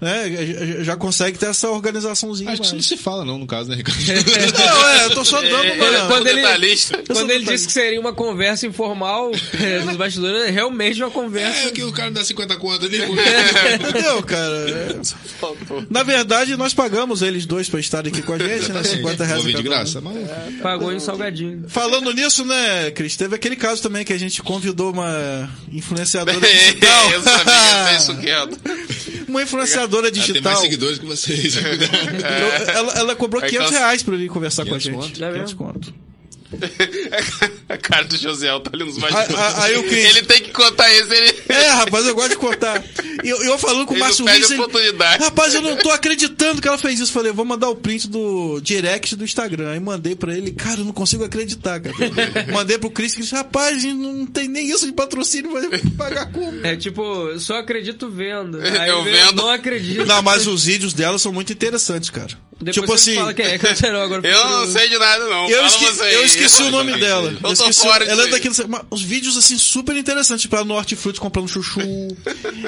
Speaker 2: né, já- já- já consegue ter essa organizaçãozinha.
Speaker 5: Acho que isso não
Speaker 2: mais.
Speaker 5: se fala, não, no caso, né, Ricardo?
Speaker 2: Não, é, eu tô só dando
Speaker 3: Ele é
Speaker 2: uma...
Speaker 3: todo
Speaker 4: Quando ele-
Speaker 3: detalhista.
Speaker 2: Eu sou
Speaker 4: Quando ele
Speaker 2: detalhe.
Speaker 4: disse que seria uma conversa informal eh, nos bastidores, é realmente uma conversa.
Speaker 5: É que o cara dá 50 conto ali.
Speaker 2: Entendeu, cara? É.
Speaker 3: Faltou.
Speaker 2: Na verdade, nós pagamos eles dois pra estar aqui com a gente, né? 50 reais
Speaker 5: Ouvir
Speaker 2: cada
Speaker 5: de
Speaker 2: um.
Speaker 5: graça, mas...
Speaker 4: Pagou em salgadinho.
Speaker 2: Falando nisso, né, Cris, teve aquele caso também que a gente convidou uma
Speaker 5: É,
Speaker 2: influenciadora digital.
Speaker 3: Eu sabia que isso quieto.
Speaker 2: uma influenciadora
Speaker 5: Ah, tem
Speaker 2: digital. É.
Speaker 5: mais seguidores que vocês. né? cuidado.
Speaker 2: Eu- ela, ela cobrou
Speaker 3: Vai
Speaker 2: 500
Speaker 3: classe-
Speaker 2: reais pra vir conversar com a
Speaker 5: 500
Speaker 2: gente.
Speaker 5: conto?
Speaker 4: É mesmo?
Speaker 2: 500 conto.
Speaker 3: A cara do José Alto ali nos
Speaker 2: Aí,
Speaker 3: bastidores.
Speaker 2: aí- aí o Cris.
Speaker 3: Ele tem que contar isso, ele.
Speaker 2: É, rapaz, eu gosto de contar. E eu, eu falando com o
Speaker 3: Ele não
Speaker 2: Márcio
Speaker 3: perde
Speaker 2: Reis. ele-
Speaker 3: oportunidade.
Speaker 2: Rapaz, eu não tô acreditando que ela fez isso. Falei, vou mandar o print do direct do Instagram. Aí mandei pra ele, cara, eu não consigo acreditar, cara. mandei pro Cris que disse, rapaz, a gente não tem nem isso de patrocínio, vai pagar como?
Speaker 4: É tipo, só acredito vendo.
Speaker 3: Eu
Speaker 4: eu vendo.
Speaker 3: vendo.
Speaker 4: Não acredito.
Speaker 2: Não, mas os vídeos dela são muito interessantes, cara.
Speaker 4: Depois
Speaker 2: tipo
Speaker 4: você
Speaker 2: assim.
Speaker 4: fala quem é, que eu quero agora.
Speaker 3: Eu não sei de nada, não.
Speaker 2: Eu,
Speaker 3: Fala
Speaker 2: esque-
Speaker 3: você aí.
Speaker 2: eu esqueci o nome dela.
Speaker 3: tô
Speaker 2: Eu esqueci o-
Speaker 3: fora disso
Speaker 2: ela é
Speaker 3: aí.
Speaker 2: daquele. mas Os vídeos, assim, super interessantes. Tipo, ela no hortifruti comprando chuchu.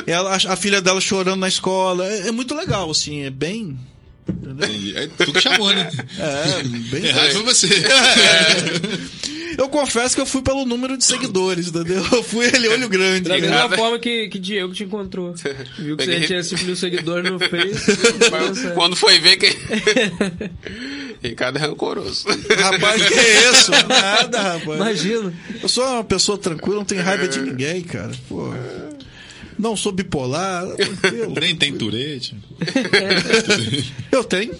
Speaker 2: ela, a, a filha dela chorando na escola. É, é muito legal, assim. É bem.
Speaker 5: Entendi. É tu que chamou, né?
Speaker 2: É, bem.
Speaker 5: Errado foi você.
Speaker 2: Eu confesso que eu fui pelo número de seguidores, entendeu? Eu fui ele olho grande.
Speaker 4: Da
Speaker 2: né?
Speaker 4: mesma
Speaker 3: Nada.
Speaker 4: forma que, que Diego te encontrou. Viu que
Speaker 3: Peguei.
Speaker 4: você tinha 5 mil seguidores no Face.
Speaker 3: Mas Quando foi ver que. Ricardo é rancoroso.
Speaker 2: Rapaz, que é isso? Nada, rapaz.
Speaker 4: Imagina.
Speaker 2: Eu sou uma pessoa tranquila, não tenho raiva de
Speaker 3: É.
Speaker 2: ninguém, cara. Pô. Não sou bipolar, tranquilo.
Speaker 5: Nem tem turete.
Speaker 2: Eu tenho.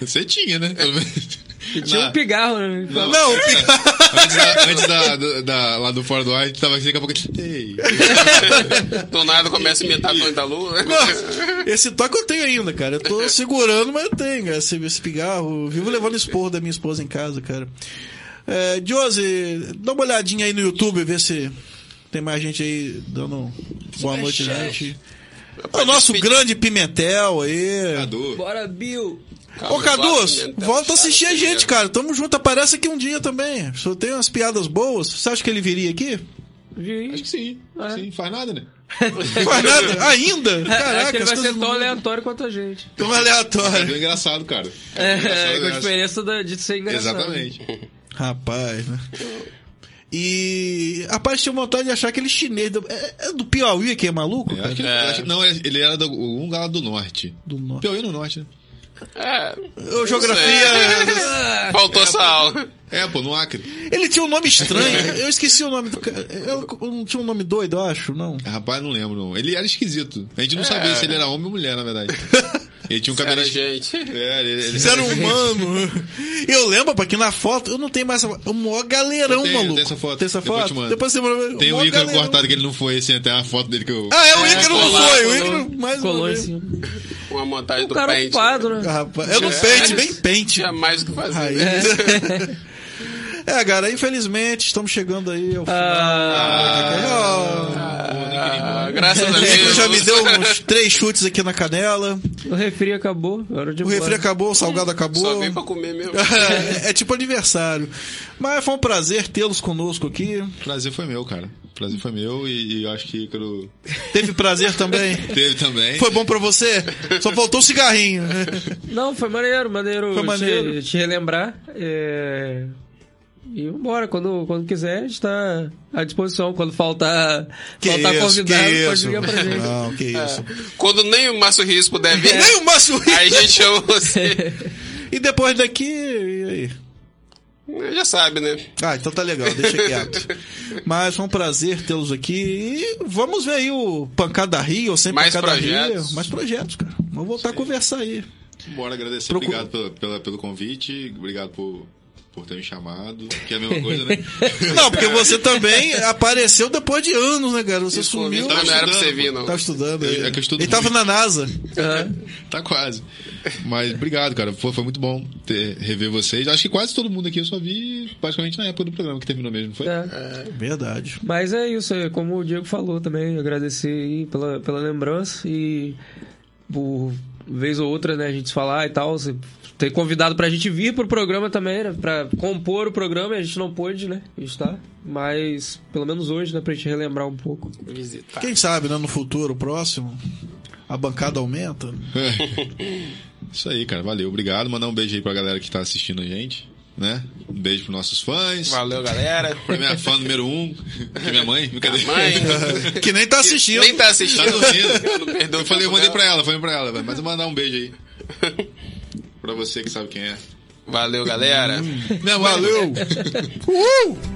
Speaker 5: Você tinha, né? Pelo menos.
Speaker 4: E tinha
Speaker 5: Na-
Speaker 4: um pigarro, né?
Speaker 2: Não,
Speaker 5: Antes, da, antes da- da- da- lá do Fora do Ar, a gente tava aqui, daqui a pouco. Ei,
Speaker 3: Do nada começa a imitar a Tony da Lua.
Speaker 2: Não, esse toque eu tenho ainda, cara. Eu tô segurando, mas eu tenho, cara. Esse, esse pigarro. Eu Vivo levando esporro da minha esposa em casa, cara. É, Josi, dá uma olhadinha aí no YouTube, ver se tem mais gente aí dando boa noite, gente. O nosso grande Pimentel aí.
Speaker 5: Cadu.
Speaker 4: Bora, Bill.
Speaker 2: Ô, Caduz,
Speaker 3: Pimentel,
Speaker 2: volta a assistir a
Speaker 3: cara,
Speaker 2: gente, cara. Tamo junto, aparece aqui um dia também. Só tem umas piadas boas. Você acha que ele viria aqui?
Speaker 4: Viu aí?
Speaker 5: Acho que sim. Sim, faz nada, né?
Speaker 2: Não faz nada? Ainda?
Speaker 4: Acho É, que
Speaker 2: Caraca,
Speaker 4: ele
Speaker 2: as
Speaker 4: vai ser
Speaker 2: coisas
Speaker 4: tão
Speaker 2: mudam.
Speaker 4: aleatório quanto a gente.
Speaker 2: Tão
Speaker 5: É
Speaker 2: aleatório.
Speaker 5: bem engraçado, cara.
Speaker 4: É,
Speaker 5: engraçado,
Speaker 4: com a
Speaker 5: engraçado.
Speaker 4: diferença né? da- de ser engraçado.
Speaker 5: Exatamente.
Speaker 2: Rapaz, né? E. Rapaz, tinha vontade de achar aquele chinês. Do, é, é do Piauí que é maluco?
Speaker 5: É, acho que ele-
Speaker 3: É.
Speaker 5: acho que- não, ele era de algum lugar lá do norte.
Speaker 2: Do norte.
Speaker 5: Piauí no norte, né?
Speaker 3: É,
Speaker 2: Ô, geografia.
Speaker 3: faltou essa aula.
Speaker 5: É, pô, no Acre.
Speaker 2: Ele tinha um nome estranho. Eu esqueci o nome do cara. Eu eu não tinha um nome doido, eu acho, não.
Speaker 5: É, Rapaz, não lembro, não. Ele era esquisito. A gente não sabia se ele era homem ou mulher, na verdade. Ele tinha um cabelo.
Speaker 3: Era gente.
Speaker 5: É, ele, ele
Speaker 2: Ser humano. Eu lembro, pô, que na foto, eu não tenho mais essa foto. O maior galerão,
Speaker 5: Eu tenho,
Speaker 2: maluco.
Speaker 5: tem essa foto.
Speaker 2: Tem essa
Speaker 5: Depois eu te
Speaker 2: foto?
Speaker 5: mando.
Speaker 2: Depois você manda.
Speaker 5: Tem o
Speaker 2: maior
Speaker 5: Ícaro
Speaker 2: galerão.
Speaker 5: cortado que ele não foi, assim, até uma foto dele que eu.
Speaker 2: um- Ah, é, o Ícaro não
Speaker 3: colou,
Speaker 2: foi. O
Speaker 3: colou.
Speaker 2: Ícaro mais
Speaker 4: Colou
Speaker 2: uma
Speaker 4: em
Speaker 2: vez. Ah,
Speaker 4: cima.
Speaker 3: Uma montagem
Speaker 4: O
Speaker 3: do
Speaker 4: cara
Speaker 3: pente.
Speaker 4: ocupado, né?
Speaker 2: Rapaz, eu não pente, bem pente.
Speaker 3: Tinha mais o que fazer.
Speaker 2: Aí. É, cara, infelizmente estamos chegando aí ao
Speaker 4: Ah,
Speaker 2: final.
Speaker 3: Ah, graças a
Speaker 2: O Rico
Speaker 3: Deus.
Speaker 2: é já me deu um uns três chutes aqui na canela.
Speaker 4: o refri acabou. Hora de ir
Speaker 2: O refri
Speaker 4: embora.
Speaker 2: acabou, o salgado
Speaker 3: Só
Speaker 2: acabou.
Speaker 3: vim pra comer mesmo.
Speaker 2: É, é tipo aniversário. Mas foi um prazer tê-los conosco aqui.
Speaker 5: Prazer foi meu, cara. Prazer foi meu e, e eu acho que o Ícaro
Speaker 2: Teve prazer também.
Speaker 5: teve também.
Speaker 2: Foi bom pra você? Só faltou um cigarrinho.
Speaker 4: Não, foi maneiro, maneiro,
Speaker 2: Foi maneiro.
Speaker 4: Te, te relembrar. é, E vambora, quando, quando quiser, a gente tá à disposição. Quando faltar, faltar convidado, pode ligar pra gente. É.
Speaker 2: Não, que isso.
Speaker 3: Quando nem o Márcio Rios puder vir,
Speaker 2: Nem o Márcio
Speaker 3: aí a
Speaker 2: Rico.
Speaker 3: gente chama você.
Speaker 2: E depois daqui. E aí?
Speaker 3: Já sabe, né?
Speaker 2: Ah, então tá legal, deixa quieto. Mas foi um prazer tê-los aqui. E vamos ver aí o Pancada Rio, ou sem
Speaker 3: Mais
Speaker 2: Pancada
Speaker 3: projetos.
Speaker 2: Rio. Mais projetos, cara. Vamos voltar a conversar aí.
Speaker 5: Bora agradecer.
Speaker 2: Procura-
Speaker 5: Obrigado pela, pela- pelo convite. Obrigado por, por ter me chamado. Que é a mesma coisa, né?
Speaker 2: Não, porque você também apareceu depois de anos, né, cara? Você
Speaker 3: Esse
Speaker 2: sumiu. Tá
Speaker 3: convite
Speaker 5: tava
Speaker 3: também não era pra
Speaker 5: estudando,
Speaker 3: você vir,
Speaker 5: pô.
Speaker 3: não.
Speaker 2: Tava estudando.
Speaker 5: Eu-
Speaker 2: aí.
Speaker 5: é que eu estudo
Speaker 2: Ele tava
Speaker 5: muito.
Speaker 2: na NASA.
Speaker 5: tá quase. Mas obrigado, cara. Foi, foi muito bom ter, rever vocês. Acho que quase todo mundo aqui eu só vi praticamente na época do programa que terminou mesmo,
Speaker 2: É.
Speaker 5: não foi?
Speaker 4: Aham, tá.
Speaker 2: Verdade.
Speaker 4: Mas é isso, é como o Diego falou também, agradecer aí pela, pela lembrança e por vez ou outra, né, a gente se falar e tal. Você ter convidado pra gente vir pro programa também, né, pra compor o programa, e a gente não pôde, né? A gente tá. Mas, pelo menos hoje, né, pra gente relembrar um pouco.
Speaker 3: Visitar.
Speaker 2: Quem sabe, né, no futuro próximo, a bancada aumenta.
Speaker 5: Isso aí, cara. Valeu, obrigado. Mandar um beijo aí pra galera que tá assistindo a gente, né? Um beijo pros nossos fãs.
Speaker 3: Valeu, galera.
Speaker 5: Pra minha fã número um, que é minha mãe. Brincadeira.
Speaker 3: Mãe,
Speaker 2: Que nem tá assistindo.
Speaker 3: nem tá assistindo.
Speaker 5: Tá dormindo.
Speaker 3: Eu não perdoo
Speaker 5: Eu
Speaker 3: o
Speaker 5: falei,
Speaker 3: tempo
Speaker 5: eu mandei
Speaker 3: dela.
Speaker 5: pra ela, falei pra ela, velho. Mas eu vou mandar um beijo aí. Pra você que sabe quem é.
Speaker 3: Valeu, galera.
Speaker 5: Valeu!
Speaker 2: Uhul!